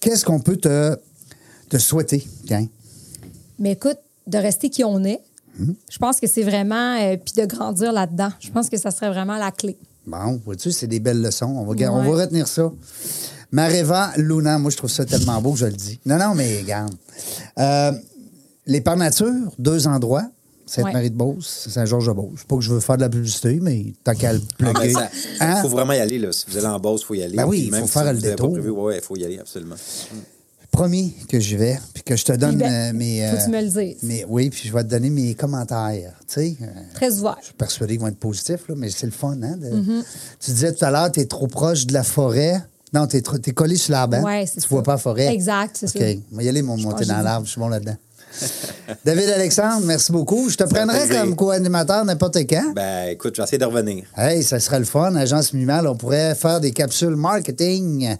[SPEAKER 2] Qu'est-ce qu'on peut te, te souhaiter, Tiens?
[SPEAKER 5] Mais écoute, de rester qui on est,
[SPEAKER 3] Mhm.
[SPEAKER 5] je pense que c'est vraiment. euh, puis de grandir là-dedans. Je pense que ça serait vraiment la clé.
[SPEAKER 2] Bon, vois-tu, c'est des belles leçons. On va, ga- on
[SPEAKER 5] Ouais.
[SPEAKER 2] va retenir ça. Mareva Luna, moi, je trouve ça tellement beau, je le dis. Non, non, mais regarde. Euh, les Pères Nature, deux endroits. Sainte-Marie-de-Beauce, Saint-Georges-de-Beauce. Pas que je veux faire de la publicité, mais tant qu'à le
[SPEAKER 3] Ah, ben,
[SPEAKER 2] plugger.
[SPEAKER 3] ça-
[SPEAKER 2] Hein?
[SPEAKER 3] faut vraiment y aller. Là. Si vous allez en Beauce, il faut y aller.
[SPEAKER 2] Ben oui,
[SPEAKER 3] Puis
[SPEAKER 2] il
[SPEAKER 3] même
[SPEAKER 2] faut
[SPEAKER 3] si
[SPEAKER 2] faire
[SPEAKER 3] vous
[SPEAKER 2] le
[SPEAKER 3] avez pas
[SPEAKER 2] détour.
[SPEAKER 3] prévu, ouais, il faut y aller, absolument.
[SPEAKER 2] Promis que j'y vais, puis que je te donne
[SPEAKER 5] Ben,
[SPEAKER 2] euh, mes...
[SPEAKER 5] faut que
[SPEAKER 2] euh,
[SPEAKER 5] tu me le dises.
[SPEAKER 2] mes- oui, puis je vais te donner mes commentaires, tu sais. euh,
[SPEAKER 5] Très ouvert.
[SPEAKER 2] Je suis persuadé qu'ils vont être positifs, là, mais c'est le fun, hein? de-
[SPEAKER 5] Mhm.
[SPEAKER 2] Tu disais tout à l'heure, tu es trop proche de la forêt. Non, tu es, collé sur l'arbre. hein?
[SPEAKER 5] Ouais, c'est
[SPEAKER 2] tu
[SPEAKER 5] ça.
[SPEAKER 2] vois pas la forêt.
[SPEAKER 5] Exact, c'est
[SPEAKER 2] OK.
[SPEAKER 5] ça.
[SPEAKER 2] On va y aller, mon monter
[SPEAKER 5] que
[SPEAKER 2] dans
[SPEAKER 5] j'ai
[SPEAKER 2] l'arbre. Je suis bon là-dedans. David Alexandre, merci beaucoup. Je te prendrai
[SPEAKER 3] plaisir.
[SPEAKER 2] comme co-animateur n'importe quand.
[SPEAKER 3] Ben, écoute, j'essaie de revenir.
[SPEAKER 2] Hey, ça serait le fun, Agence Minimale. On pourrait faire des capsules marketing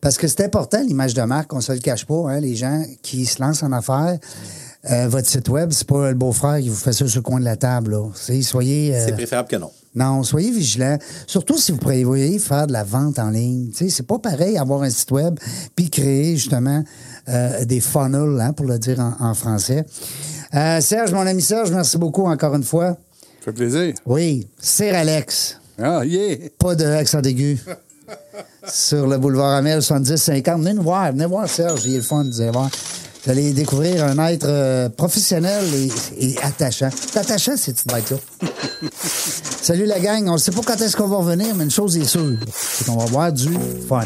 [SPEAKER 2] parce que c'est important, l'image de marque. On se le cache pas, hein, les gens qui se lancent en affaires. Euh, votre site web, c'est pas le beau-frère qui vous fait ça sur le coin de la table. Là. C'est- Soyez. euh,
[SPEAKER 3] C'est préférable que non.
[SPEAKER 2] non, soyez vigilants. Surtout si vous prévoyez faire de la vente en ligne. Tu sais, c'est pas pareil avoir un site web puis créer justement euh, des funnels, hein, pour le dire en, en français. Euh, Serge, mon ami Serge, merci beaucoup encore une fois.
[SPEAKER 4] Ça fait plaisir.
[SPEAKER 2] Oui, c'est Alex.
[SPEAKER 4] Ah, yeah.
[SPEAKER 2] Pas de accent aigu. Sur le boulevard Amel, 70-50. Venez nous voir, venez voir Serge, il est le fun, vous allez voir. Vous allez découvrir un être euh, professionnel et, et attachant. C'est attachant, ces petites bêtes-là. Salut la gang, on ne sait pas quand est-ce qu'on va revenir, mais une chose est sûre, c'est qu'on va avoir du fun.